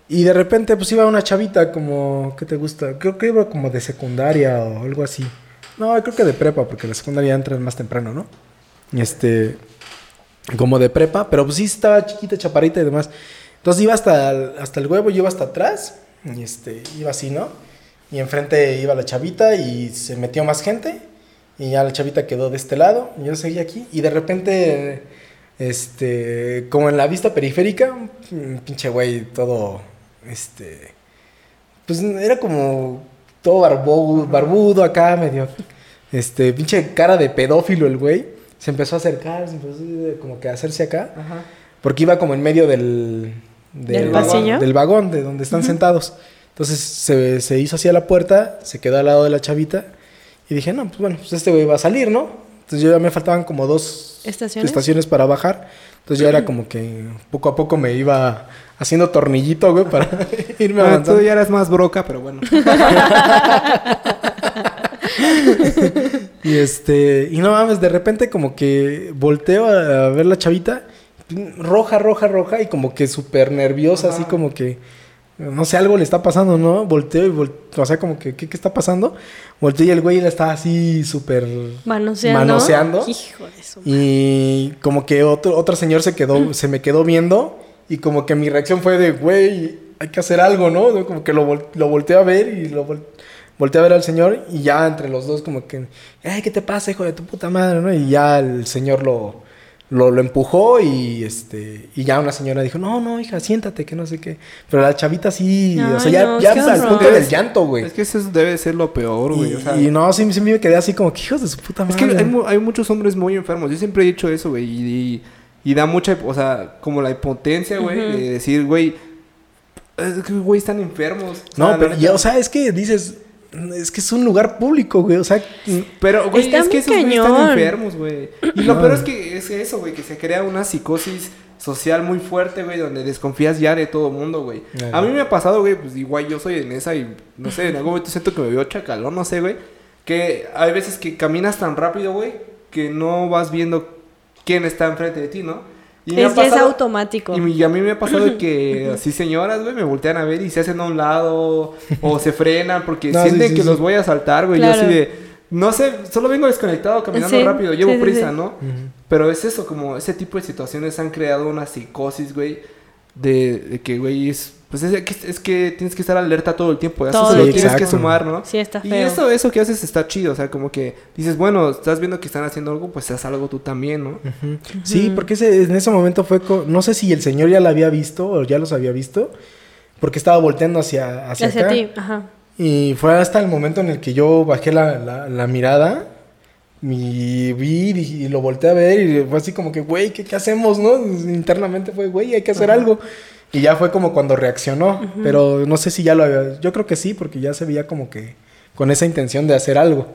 S1: Y de repente, pues iba una chavita como, ¿qué te gusta? Creo que iba como de secundaria o algo así. No, creo que de prepa, porque la secundaria entran más temprano, ¿no? Este, como de prepa, pero pues sí estaba chiquita, chaparrita y demás. Entonces iba hasta el, hasta el huevo, yo iba hasta atrás, y este, iba así, ¿no? Y enfrente iba la chavita y se metió más gente, y ya la chavita quedó de este lado, y yo seguí aquí, y de repente, este, como en la vista periférica, un pinche güey todo, este, pues era como todo barbo- barbudo acá, medio, este, pinche cara de pedófilo el güey. Se empezó a acercar, se empezó eh, como que a hacerse acá,
S5: Ajá.
S1: porque iba como en medio del...
S2: ¿Del
S5: pasillo?
S1: Del vagón, de donde están sentados. Entonces se, se hizo hacia la puerta, se quedó al lado de la chavita y dije, no, pues bueno, pues este güey va a salir, ¿no? Entonces yo ya me faltaban como dos
S2: ¿Estaciones?
S1: para bajar. Entonces ya era como que poco a poco me iba haciendo tornillito, güey, para irme
S5: Ah, tú
S1: avanzando.
S5: ya eras más broca, pero bueno.
S1: Y este, y no mames, de repente como que volteo a, a ver la chavita, roja, roja, roja, y como que súper nerviosa, así
S5: Ajá.
S1: como que, no sé, algo le está pasando, ¿no? Volteo y volteo, o sea, como que, ¿qué, qué está pasando? Volteo y el güey la está así súper...
S2: Manoseando.
S1: Manoseando.
S2: Hijo de su madre.
S1: Y como que otro, otro señor se quedó, se me quedó viendo, y como que mi reacción fue de, güey, hay que hacer algo, ¿no? Como que lo, vol- lo volteo a ver y lo volteo... Volté a ver al señor y ya entre los dos como que, ay, ¿qué te pasa, hijo de tu puta madre? ¿no? Y ya el señor lo, lo, lo empujó y este y ya una señora dijo, no, no, hija, siéntate, que no sé qué. Pero la chavita sí, o sea,
S2: Ay,
S1: ya,
S2: no,
S1: ya
S2: qué
S1: hasta el
S2: horror.
S1: punto del llanto, güey.
S5: Es que eso debe ser lo peor, güey.
S1: Y,
S5: O sea,
S1: y no, sí, sí me quedé así como que hijos de su puta
S5: Es
S1: madre.
S5: que hay, mu- hay muchos hombres muy enfermos. Yo siempre he dicho eso, güey. Y, y- y da mucha, o sea, como la impotencia, güey,
S2: Ujú.
S5: de decir, güey, es que, güey, están enfermos. O
S1: no,
S5: sea, la
S1: pero
S5: neta.
S1: ya, o sea, es que dices, es que es un lugar público, güey. O sea,
S5: Mm, Pero, güey,
S2: Está
S5: es que
S2: muy
S5: esos güeyes están
S2: cañón.
S5: enfermos, güey. Y lo
S1: No.
S5: peor es que es eso, güey, que se crea una psicosis social muy fuerte, güey, donde desconfías ya de todo mundo, güey.
S1: Ajá.
S5: A mí me ha pasado, güey, pues igual yo soy en esa y no sé, en algún momento siento que me veo chacalón, no sé, güey. Que hay veces que caminas tan rápido, güey, que no vas viendo quién está enfrente de ti, ¿no? Y me
S2: Es,
S5: ha
S2: ya es
S5: pasado-
S2: automático.
S5: y, mi- y a mí me ha pasado que así señoras, güey, me voltean a ver y se hacen a un lado o se frenan porque
S1: No, sí,
S5: sienten
S1: sí,
S5: que
S1: sí.
S5: los voy a saltar, güey.
S2: Claro.
S5: Yo así de, no sé, solo vengo desconectado caminando
S2: Sí,
S5: rápido, llevo
S2: sí, sí,
S5: prisa,
S2: sí.
S5: ¿no? Pero es eso, como ese tipo de situaciones han creado una psicosis, güey, de, de que, güey, es Pues es que, es que tienes que estar alerta todo el tiempo. Eso
S2: Todo
S5: se lo
S2: el
S5: tienes
S1: tiempo.
S5: que sumar, ¿no?
S2: Sí, está
S5: Y
S2: feo.
S5: eso, eso que haces está chido. O sea, como que dices, bueno, estás viendo que están haciendo algo, pues haz algo tú también, ¿no?
S1: Ujú. Sí, porque ese- en ese momento fue. co- No sé si el señor ya la había visto o ya los había visto. Porque estaba volteando hacia, hacia,
S2: Hacia
S1: acá.
S2: ti, ajá.
S1: Y fue hasta el momento en el que yo bajé la, la- la mirada. Y vi y dije- y lo volteé a ver. Y fue así como que, güey, ¿qué, qué hacemos, no? Internamente fue, güey, hay que hacer algo. Y ya fue como cuando reaccionó. Pero no sé si ya lo había. Yo creo que sí, porque ya se veía como que con esa intención de hacer algo.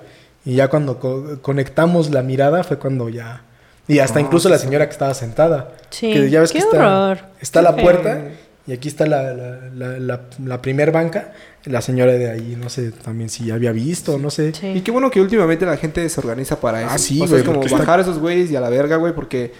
S1: Y ya cuando co- conectamos la mirada fue cuando ya. Y hasta
S5: Ah,
S1: incluso la señora que estaba sentada.
S2: Oh, Sí,
S1: que ya ves
S2: qué
S1: que está,
S2: horror.
S1: Está
S2: Qué
S1: la
S2: feo.
S1: puerta y aquí está la, la, la, la, la primer banca. La señora de ahí, no sé también si ya había visto, no sé.
S2: Sí.
S5: Y qué bueno que últimamente la gente se organiza para eso.
S1: Ah, sí,
S5: o sea,
S1: güey,
S5: es como
S1: porque está-
S5: bajar a esos güeyes y a la verga, güey, porque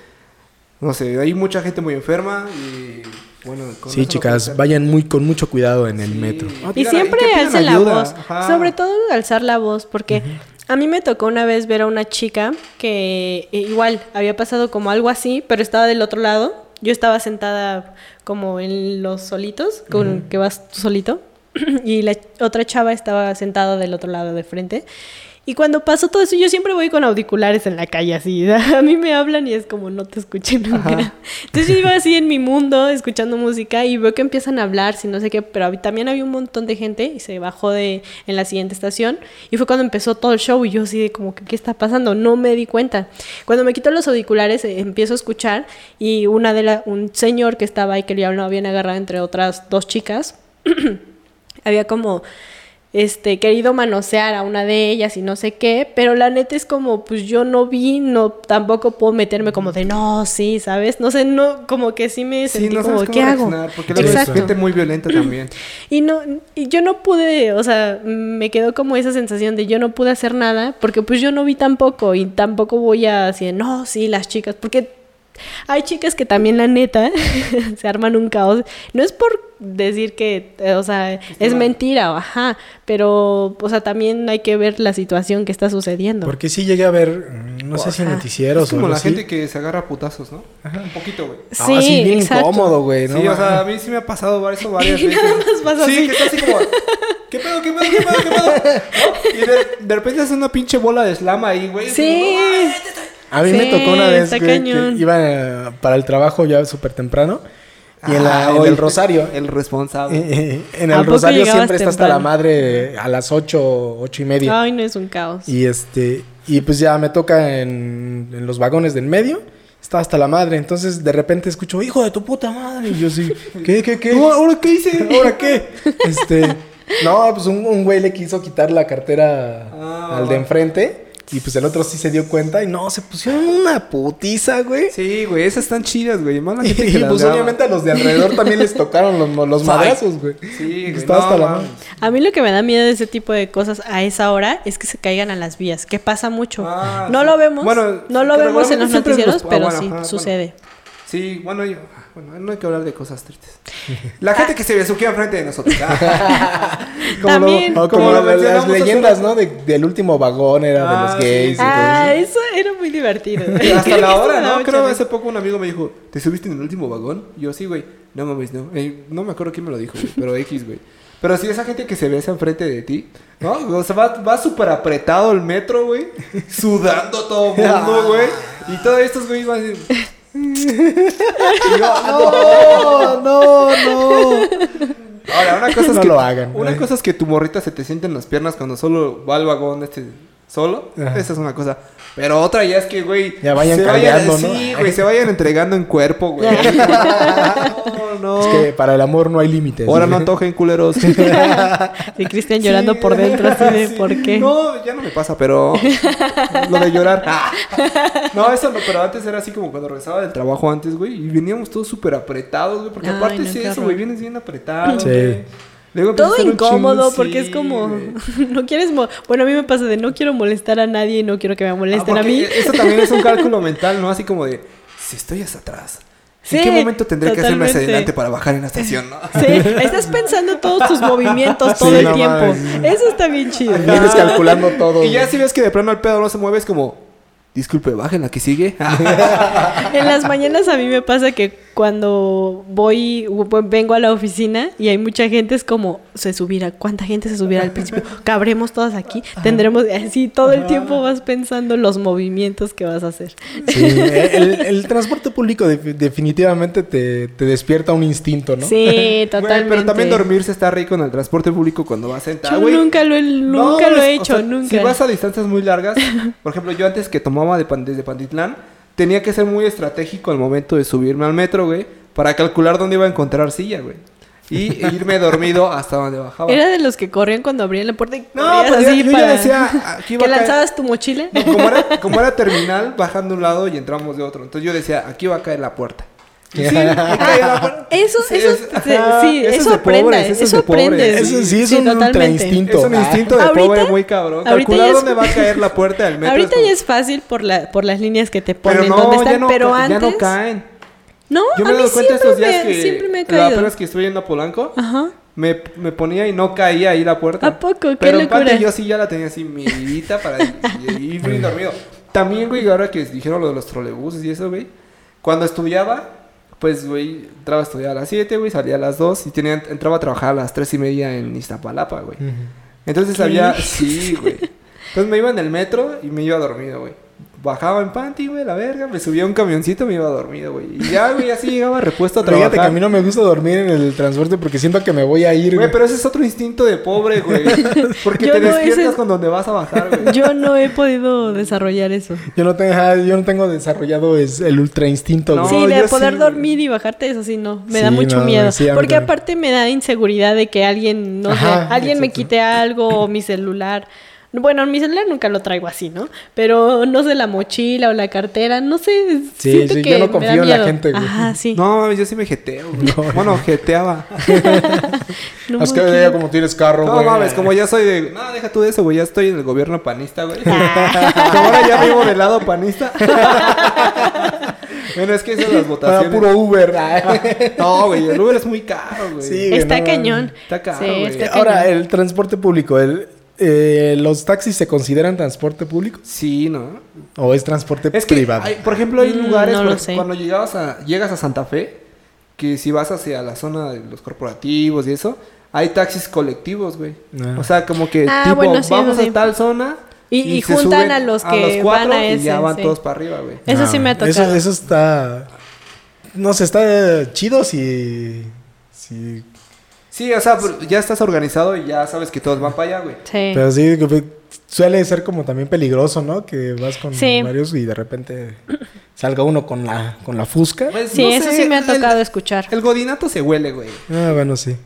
S5: no sé, hay mucha gente muy enferma y bueno, con
S1: Sí,
S5: eso no
S1: chicas,
S5: puede ser.
S1: vayan muy con mucho cuidado en el
S5: Sí.
S1: metro.
S5: Ah,
S2: Y
S5: pidan-
S2: siempre
S5: que pidan
S2: alcen la
S5: ayuda.
S2: voz.
S5: Ajá.
S2: Sobre todo alzar la voz, porque a mí me tocó una vez ver a una chica que eh, igual había pasado como algo así, pero estaba del otro lado. Yo estaba sentada como en los solitos, con que vas tú solito. Y la otra chava estaba sentada del otro lado de frente. Y cuando pasó todo eso, yo siempre voy con auriculares en la calle así. A mí me hablan y es como no te escuché nunca.
S5: Ajá.
S2: Entonces yo iba así en mi mundo escuchando música y veo que empiezan a hablar, si no sé qué, pero hab- también había un montón de gente y se bajó de en la siguiente estación y fue cuando empezó todo el show y yo así de como que qué está pasando, no me di cuenta. Cuando me quito los auriculares eh, empiezo a escuchar y una de la, un señor que estaba ahí que ya lo habían agarrado entre otras dos chicas había como este querido manosear a una de ellas y no sé qué, pero la neta es como pues yo no vi, no tampoco puedo meterme como de no, sí, ¿sabes? No sé, no como que sí me
S5: Sí,
S2: sentí
S5: no
S2: como
S5: sabes cómo
S2: ¿qué hago?
S5: reaccionar, porque luego es gente muy violenta también.
S2: Y no y yo no pude, o sea, me quedó como esa sensación de yo no pude hacer nada porque pues yo no vi tampoco y tampoco voy a decir, no, sí, las chicas, porque hay chicas que también la neta se arman un caos. No es por decir que, eh, o sea, es
S5: mal.
S2: mentira, o ajá, pero, o sea, también hay que ver la situación que está sucediendo.
S1: Porque sí llegué a ver, mm, no sé si en
S2: Ajá.
S1: noticieros
S5: Es como
S1: o algo
S5: la
S1: así.
S5: gente que se agarra a putazos, ¿no? Un poquito, güey.
S1: Ah, sí, bien incómodo, güey.
S5: Sí,
S1: Eh, No,
S5: o sea, a mí sí me ha pasado va- eso varias veces.
S2: más pasa
S5: sí,
S2: así.
S5: que está así como, ¿qué pedo, qué pedo, qué pedo, qué pedo? ¿No? Y de, de repente hace una pinche bola de slama ahí, güey.
S2: Sí.
S1: a mí me
S2: Sí,
S1: tocó una vez
S2: está
S1: güey, que,
S2: cañón.
S1: iba eh, para el trabajo ya súper temprano. Y en, la,
S5: Ah,
S1: en
S5: hoy,
S1: el Rosario.
S5: El responsable.
S1: Eh, eh, en
S2: ¿A
S1: el
S2: poco
S1: Rosario
S2: llegabas
S1: siempre está hasta la
S2: temprano? Ah,
S1: madre a las 8, 8 y media.
S2: Ay, no es un caos.
S1: Y este, y pues ya me toca en, en los vagones del medio. Está hasta la madre. Entonces de repente escucho, hijo de tu puta madre. Y yo sí, ¿qué, qué, qué?
S5: No, ¿Ahora qué hice?
S1: ¿Ahora qué? Este, no, pues un, un güey le quiso quitar la cartera
S5: Ah.
S1: al de enfrente. Y pues el otro sí se dio cuenta. Y no, se pusieron una putiza, güey.
S5: Sí, güey, esas están chidas, güey. Más la gente
S1: Y
S5: que las
S1: pues
S5: graba.
S1: obviamente a los de alrededor también les tocaron los, los
S5: Ay.
S1: madrazos, güey. Pues,
S5: Sí, güey.
S1: Estaba
S5: no,
S1: hasta la
S5: mames.
S1: madre.
S2: A mí lo que me da miedo de ese tipo de cosas a esa hora es que se caigan a las vías, que pasa mucho.
S5: Ah,
S2: no
S5: sí.
S2: lo vemos,
S5: Bueno,
S2: no lo
S5: que
S2: vemos en
S5: regularmente
S2: los
S5: siempre
S2: noticieros,
S5: nos- ah,
S2: pero
S5: bueno,
S2: sí
S5: ajá, bueno.
S2: sucede.
S5: Sí, bueno, yo, ah, bueno, no hay que hablar de cosas tristes. La gente que se besuquea enfrente de nosotros. Ah. Como lo-
S2: También.
S1: O como
S5: como lo
S1: la- las
S5: mencionamos hace
S1: leyendas,
S5: rato.
S1: ¿no? De- del último vagón era
S5: Ah,
S1: de los gays.
S5: sí,
S1: y todo
S2: Ah,
S1: eso.
S2: eso era muy divertido.
S5: Hasta
S2: Eso
S5: la
S2: me
S5: hora,
S2: daba
S5: ¿no?
S2: mucha
S5: Creo
S2: risa.
S5: hace poco un amigo me dijo, ¿te subiste en el último vagón? Y Yo sí, güey. No mames, no. Eh, no me acuerdo quién me lo dijo, güey, pero X, güey. Pero sí, esa gente que se besa enfrente de ti, ¿no? O sea, va, va súper apretado el metro, güey. Sudando todo el
S1: Ah.
S5: mundo, güey. Y todos estos güeyes van así. Y yo, no, no, no. Ahora, una cosa es
S1: No
S5: que.
S1: lo hagan,
S5: Una
S1: güey.
S5: cosa es que tu morrita se te siente en las piernas cuando solo va al vagón este solo.
S1: Ajá.
S5: Esa es una cosa. Pero otra ya es que, güey.
S1: Ya vayan
S5: se
S1: cambiando, ¿no?
S5: Sí, güey, se vayan entregando en cuerpo, güey. no, no.
S1: Es que para el amor no hay límites.
S5: Ahora no
S1: güey.
S5: antojen, culeros.
S2: Y Cristian llorando por dentro, así de,
S5: Sí.
S2: ¿por qué?
S5: No, ya no me pasa, pero lo de llorar. Ah. No, eso no, pero antes era así como cuando regresaba del trabajo antes, güey, y veníamos todos súper apretados, güey, porque
S2: Ay,
S5: aparte
S2: no,
S5: sí
S2: qué
S5: eso,
S2: horror.
S5: güey, vienes bien apretado.
S1: Sí.
S5: güey. Luego empieza a
S2: Todo
S5: hacer un chingo,
S2: incómodo
S5: sí,
S2: porque es como ¿este
S5: güey.
S2: no quieres mo- bueno a mí me pasa de no quiero molestar a nadie y no quiero que me
S5: Ah,
S2: molesten a
S5: porque
S2: mí.
S5: Eso también es un cálculo mental, ¿no? Así como de, si estoy hasta atrás, ¿en
S2: Sí,
S5: qué momento tendré que hacerme hacia
S2: totalmente.
S5: adelante para bajar en la estación, no?
S2: Sí, estás pensando todos tus movimientos todo
S1: Sí,
S2: el
S1: no
S2: tiempo.
S1: mames.
S2: Eso está bien chido.
S1: Vienes calculando todo.
S5: Y ya
S1: güey.
S5: si ves que de plano el pedo no se mueve, es como, disculpe, bajen la que sigue.
S2: En las mañanas a mí me pasa que cuando voy, vengo a la oficina y hay mucha gente, es como, se subirá, ¿cuánta gente se subirá al principio? ¿Cabremos todas aquí? Tendremos, así todo el tiempo vas pensando los movimientos que vas a hacer.
S1: Sí, el, el transporte público de- definitivamente te, te despierta un instinto, ¿no?
S2: Sí,
S5: Güey,
S2: totalmente.
S5: pero también dormirse está rico en el transporte público cuando vas
S2: Yo
S5: sentado, güey.
S2: nunca lo he, nunca
S5: No,
S2: lo he
S5: es- o
S2: hecho,
S5: sea,
S2: nunca.
S5: Si vas a distancias muy largas, por ejemplo, yo antes que tomaba de Pan- desde Pantitlán, tenía que ser muy estratégico al momento de subirme al metro, güey, para calcular dónde iba a encontrar silla, güey. Y e irme dormido hasta donde bajaba.
S2: Era de los que corrían cuando abrían la puerta y
S5: No,
S2: corrías
S5: pues ya-
S2: así
S5: yo ya
S2: para...
S5: decía, ah, aquí
S2: ¿Que
S5: va a caer-
S2: lanzabas tu mochila?
S5: No, como, era, como era terminal, bajando de un lado y entramos de otro. Entonces yo decía, aquí va a caer la puerta. Y sí, ahí caía la puerta.
S2: Eso,
S5: Sí,
S2: eso,
S5: es-
S2: se-
S5: ajá,
S2: sí,
S5: eso es
S2: eso
S5: de
S2: aprende,
S5: pobres,
S2: eso,
S5: eso es de pobres.
S2: aprende.
S1: Eso sí es un ultrainstinto.
S5: Es un instinto de
S2: Ahorita-
S5: pobre muy cabrón.
S2: ahorita ya
S5: Calcular
S2: es-
S5: dónde va a caer la puerta del metro.
S2: Ahorita
S5: es como-
S2: ya es fácil por, la, por las líneas que te ponen donde
S5: ya
S2: están, pero
S5: ca-
S2: antes...
S5: Ya no caen.
S2: No,
S5: Yo
S2: a
S5: me he
S2: mí
S5: dado cuenta
S2: siempre,
S5: estos días
S2: me,
S5: que.
S2: siempre me ha
S5: la-
S2: caído.
S5: Apenas que estoy yendo a Polanco,
S2: Ajá.
S5: me, me ponía y no caía ahí la puerta.
S2: ¿A poco? ¡Qué
S5: pero en
S2: locura!
S5: parte yo sí ya la tenía así medidita para ir- ir bien dormido. También, güey, ahora que dijeron lo de los trolebuses y eso, güey. Cuando estudiaba, pues, güey, entraba a estudiar a las 7, güey, salía a las 2 y tenía, entraba a trabajar a las 3 y media en Iztapalapa, güey. Entonces había. Sí, güey. Entonces me iba en el metro y me iba dormido, güey. Bajaba en panty, güey, la verga. Me subía a un camioncito y me iba dormido, güey. Y ya, güey, así llegaba repuesto a trabajar.
S1: Fíjate que a mí no me gusta dormir en el transporte porque siento que me voy a ir.
S5: Güey, pero ese es otro instinto de pobre, güey. Porque
S2: Yo
S5: te
S2: no,
S5: despiertas
S2: ese-
S5: con donde vas a bajar, güey.
S2: Yo no he podido desarrollar eso.
S1: Yo no tengo, ajá, yo no tengo desarrollado es el ultra instinto.
S5: No,
S2: sí, de
S5: yo
S2: poder
S5: sí.
S2: dormir y bajarte, eso sí, no. Me da
S1: Sí,
S2: mucho
S1: no,
S2: miedo.
S1: sí, a mí
S2: porque
S1: también.
S2: aparte me da inseguridad de que alguien, no sé,
S1: Ajá,
S2: alguien me
S1: exacto.
S2: quite algo o mi celular. Bueno, mi celular nunca lo traigo así, ¿no? Pero no sé, la mochila o la cartera, no sé.
S1: Sí,
S2: siento
S1: sí, yo
S2: que
S1: no
S2: me da
S1: confío en la
S2: miedo.
S1: gente, güey.
S2: Ajá, sí.
S5: No, yo sí me jeteo, güey. Bueno, jeteaba.
S2: No,
S1: es que
S2: aquí-
S1: vea como tienes carro,
S5: No
S1: güey.
S5: mames, como ya soy de. No, deja tú de eso, güey. Ya estoy en el gobierno panista, güey. Como
S2: Ah.
S5: Ahora ya vivo del lado panista. bueno, es que eso de las
S1: Ah,
S5: votaciones.
S1: puro Uber.
S5: Ah. No, güey, el Uber es muy caro, güey.
S1: Sí.
S2: Está
S1: no,
S2: cañón.
S5: está caro,
S2: Sí,
S5: güey.
S2: está
S1: Ahora, eh,
S2: cañón.
S1: el transporte público, el, eh, ¿los taxis se consideran transporte público?
S5: Sí, ¿no?
S1: ¿O es transporte
S5: Es que,
S1: privado?
S5: hay- por ejemplo, hay
S2: Mm,
S5: lugares
S2: no lo
S5: por-
S2: sé.
S5: cuando llegabas a, llegas a Santa Fe, que si vas hacia la zona de los corporativos y eso, hay taxis colectivos, güey.
S1: Ah.
S5: O sea, como que
S2: Ah,
S5: tipo,
S2: bueno, sí,
S5: vamos
S2: eso sí.
S5: a tal zona
S2: Y- y
S5: se
S2: juntan
S5: suben
S2: a los que van a
S5: y ya
S2: ese,
S5: van
S2: sí.
S5: todos para arriba, güey.
S2: Eso sí me ha
S1: Ah, eso-
S2: tocado.
S1: Eso, está. No sé, está chido si. si
S5: Sí, o sea, pero ya estás organizado y ya sabes que todos van para allá, güey.
S2: Sí.
S1: Pero sí, que fue- suele ser como también peligroso, ¿no? Que vas con
S2: Sí.
S1: varios y de repente salga uno con la, con la fusca.
S5: Pues,
S2: Sí,
S5: no
S2: eso
S5: sé,
S2: sí me ha
S5: el-
S2: tocado escuchar.
S5: El godinato se huele, güey.
S1: Ah, bueno, sí.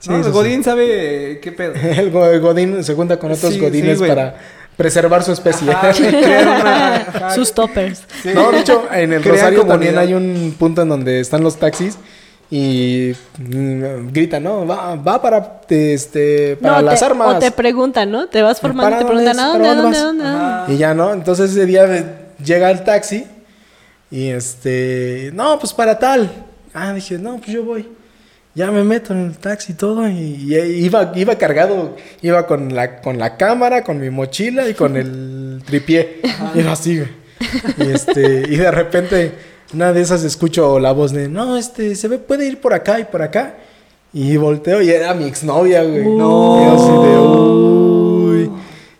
S1: Sí,
S5: ¿No?
S1: eso
S5: El
S1: sí.
S5: godín sabe eh, qué pedo.
S1: El go- el godín se junta con otros
S5: Sí,
S1: godines
S5: sí, güey.
S1: para preservar su especie.
S5: Ajá, güey, crear una- ajá,
S2: Sus toppers.
S5: sí.
S1: No, de hecho, en el
S5: Crean
S1: Rosario también
S5: comunidad.
S1: hay un punto en donde están los taxis y mm, gritan, ¿no? Va, va para este
S2: No,
S1: para las
S2: te-
S1: armas.
S2: O te preguntan, ¿no? Te vas formando y te
S1: ¿Para dónde
S2: preguntan, ¿a
S1: es?
S2: dónde, a
S1: ¿Para
S2: dónde, a
S1: dónde
S2: dónde? a dónde?
S5: Ajá.
S1: Y ya, ¿no? Entonces ese día eh, llega el taxi y este, no, pues para tal. Ah, dije, no, pues yo voy. Ya me meto en el taxi y todo y, y eh, iba, iba cargado, iba con la, con la cámara, con mi mochila y con el tripié. Iba así, güey. Y, este, y de repente, una de esas escucho la voz de, no, este, se ve, puede ir por acá y por acá. Y volteo y era mi exnovia, güey.
S5: No.
S1: Y yo así de, uy.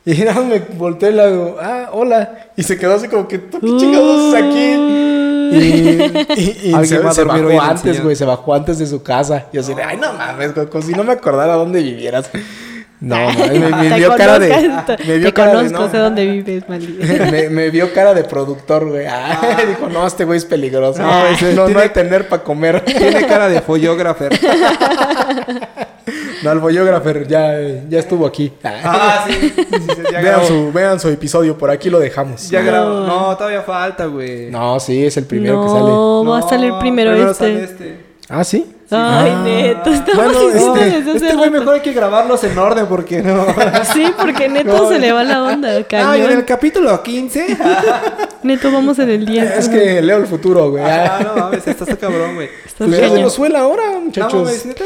S1: Y nada, más me volteé y le hago, ah, hola. Y se quedó así como que, ¿tú qué chingados haces aquí? Y, y- y
S5: Alguien
S1: se,
S5: va a
S1: se
S5: dormir hoy en
S1: bajó
S5: el
S1: antes,
S5: sillón.
S1: güey, se bajó antes de su casa. Y yo así, de, ay, no mames, güey, como si no me acordara dónde vivieras. No, mames, me, me
S2: Te
S1: vio cara de.
S2: conozco, te-
S1: Me vio
S2: te
S1: cara de,
S2: conozco,
S1: no.
S2: sé dónde vives, maldito.
S1: me, me vio cara de productor, güey. Ah, Dijo, no, este güey es peligroso.
S5: No,
S2: Ah.
S1: No,
S5: ese
S1: no,
S5: tiene-
S1: hay tener para comer.
S5: Tiene cara de follógrafo.
S1: No, el Voyógrafer ya, ya estuvo aquí. Ah.
S5: Ah, sí. sí, sí, sí, ya
S1: vean,
S5: grabó.
S1: su, vean su episodio, por aquí lo dejamos.
S5: Ya
S2: No.
S5: grabó. No, todavía falta, güey.
S1: No, sí, es el primero que sale.
S2: no, va a salir primero,
S5: sale
S2: este.
S1: Ah, sí.
S2: Ay,
S1: Ah.
S2: neto, estamos
S1: Bueno,
S2: diciendo
S1: este-
S2: desde hace
S5: Este güey
S2: rato.
S5: mejor hay que grabarlos en orden porque no.
S2: Sí, porque neto se le va la onda,
S5: Ah, y en el
S2: cañón.
S5: capítulo 15.
S2: Neto, vamos en el día.
S1: Es que leo el futuro, güey.
S5: Ah, no mames, estás tan cabrón, güey.
S2: Estás
S1: Pues ya se
S2: cañón.
S1: nos fue la hora,
S5: No mames,
S1: muchachos.
S5: neta.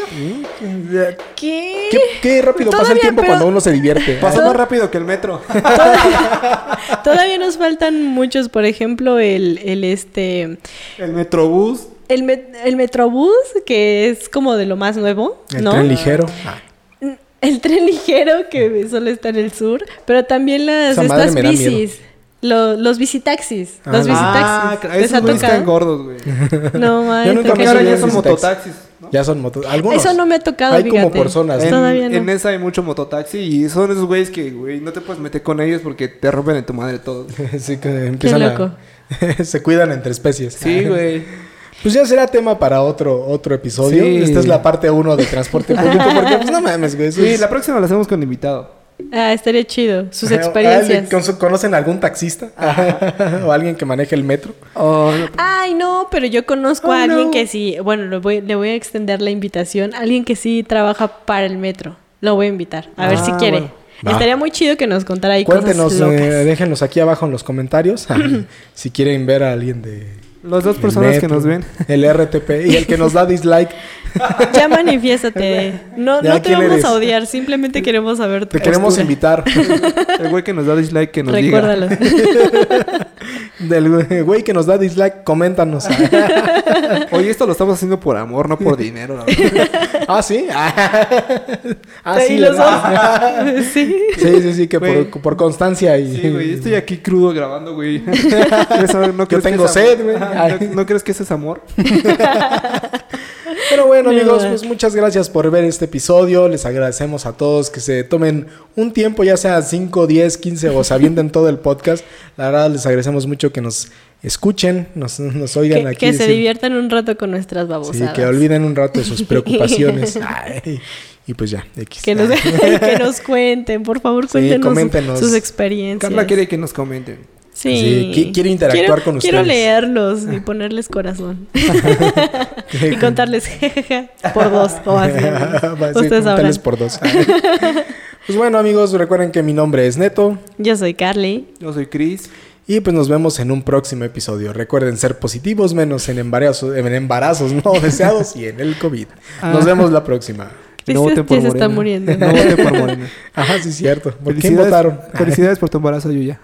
S2: ¿Qué?
S1: Qué, qué rápido pasa el
S2: Todavía
S1: tiempo
S2: peor.
S1: cuando uno se divierte.
S5: Pasó
S1: Pasó-
S5: más rápido que el metro.
S2: Todavía, todavía nos faltan muchos, por ejemplo, el, el este...
S5: El metrobús.
S2: el, met- el Metrobús, que es como de lo más nuevo,
S1: El
S2: ¿no? Ah,
S1: tren ligero.
S2: El tren ligero que solo está en el sur, pero también las
S1: Esa madre
S2: estas
S1: me da miedo.
S2: bicis, lo- los bicitaxis,
S1: Ah,
S2: los
S1: no.
S2: visitaxis.
S5: claro,
S2: ¿Les ha
S5: esos güey están
S2: tocado?
S5: gordos, güey.
S2: No, maestro.
S1: Yo nunca
S2: que
S1: me
S5: Porque
S1: he
S2: sí.
S5: ahora ya
S1: subí
S5: son
S1: a
S5: mototaxis. ¿no?
S1: Ah, Ya son motos. Algunos.
S2: Eso no me ha tocado,
S1: Hay como
S2: fíjate.
S1: por zonas,
S2: En-
S1: ¿no?
S2: Pues Todavía no.
S5: en esa hay mucho mototaxi y son esos güeyes que, güey, no te puedes meter con ellos porque te rompen en tu madre todo.
S2: Pues
S1: Sí, que empiezan
S2: loco.
S1: a... Se cuidan entre especies.
S5: Sí, güey.
S1: Pues ya será tema para otro, otro episodio.
S5: Sí.
S1: Esta es la parte 1 de transporte público. Porque, pues no mames, güey. eso
S5: Sí,
S1: es-
S5: la próxima la hacemos con invitado.
S2: Ah, estaría chido. Sus
S1: Ah,
S2: experiencias.
S1: ¿alguien- con- ¿Conocen algún taxista? o alguien que maneje el metro.
S5: Oh, no.
S2: Ay, no, pero yo conozco
S1: Oh,
S2: a alguien
S1: no.
S2: que sí, bueno, le voy, le voy a extender la invitación, alguien que sí trabaja para el metro. Lo voy a invitar, a ver
S5: Ah,
S2: si quiere.
S5: bueno.
S1: Va.
S2: Estaría muy chido que nos contara ahí
S1: Cuéntenos,
S2: cosas locas.
S1: eh, déjenos aquí abajo en los comentarios si quieren ver a alguien de.
S5: Las dos
S1: del
S5: personas que
S1: metro,
S5: nos ven.
S1: El RTP y el que nos da dislike.
S2: Ya manifiéstate. No,
S1: Ya,
S2: no te
S1: ¿quién
S2: vamos
S1: eres?
S2: a odiar, simplemente queremos saber tu
S1: Te queremos
S2: postura.
S1: invitar.
S5: El güey que nos da dislike que nos diga.
S2: Recuérdalo.
S1: Del güey que nos da dislike, coméntanos.
S5: Oye, esto lo estamos haciendo por amor, no por dinero. la verdad.
S1: ah, sí. ah,
S2: y
S1: sí,
S2: los
S1: ¿verdad?
S2: dos. sí.
S1: Sí, sí, sí, que
S5: Güey.
S1: por, por constancia y.
S5: Sí, güey, estoy aquí crudo grabando, güey. Eso, ¿no crees que
S1: tengo
S5: es am-
S1: sed, güey.
S5: Ajá, ¿No, no crees que eso es amor?
S1: Pero bueno,
S2: Mira.
S1: amigos, pues muchas gracias por ver este episodio. Les agradecemos a todos que se tomen un tiempo, ya sea 5, 10, 15 o se avienten todo el podcast. La verdad, les agradecemos mucho que nos escuchen, nos, nos oigan
S2: Que,
S1: aquí.
S2: que se
S1: decir-
S2: diviertan un rato con nuestras
S1: Sí,
S2: babosadas.
S1: que olviden un rato de sus preocupaciones. Ay, y pues ya, X.
S2: Que nos, que nos cuenten, por favor,
S1: Sí,
S2: cuéntenos
S1: coméntenos.
S2: sus experiencias.
S5: Carla quiere que nos comenten.
S2: Sí.
S1: Sí, qui- quiero interactuar
S2: Quiero-
S1: con
S2: Quiero
S1: ustedes.
S2: leerlos y ponerles corazón. y contarles jejeje por dos o así.
S1: Va a ser
S2: Ustedes sabrán.
S1: contales por dos. pues bueno, amigos, recuerden que mi nombre es Neto.
S2: Yo soy Carly.
S5: Yo soy Chris.
S1: Y pues nos vemos en un próximo episodio. Recuerden ser positivos menos en embarazos, en embarazos no deseados y en el COVID. Nos vemos la próxima.
S2: Chris
S5: No voten
S2: ya
S5: por
S2: se está
S5: Morena.
S2: muriendo.
S5: No voten por Morena.
S1: Ajá, sí, cierto. ¿Por quién
S5: Felicidades,
S1: votaron?
S5: felicidades por tu embarazo, Yuya.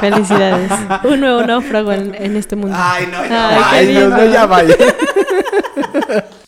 S2: Felicidades. Un nuevo náufrago en, en este mundo.
S5: Ay, no, ya
S2: Ay, qué
S1: Ay, Dios
S2: lindo.
S1: mío, ya vaya.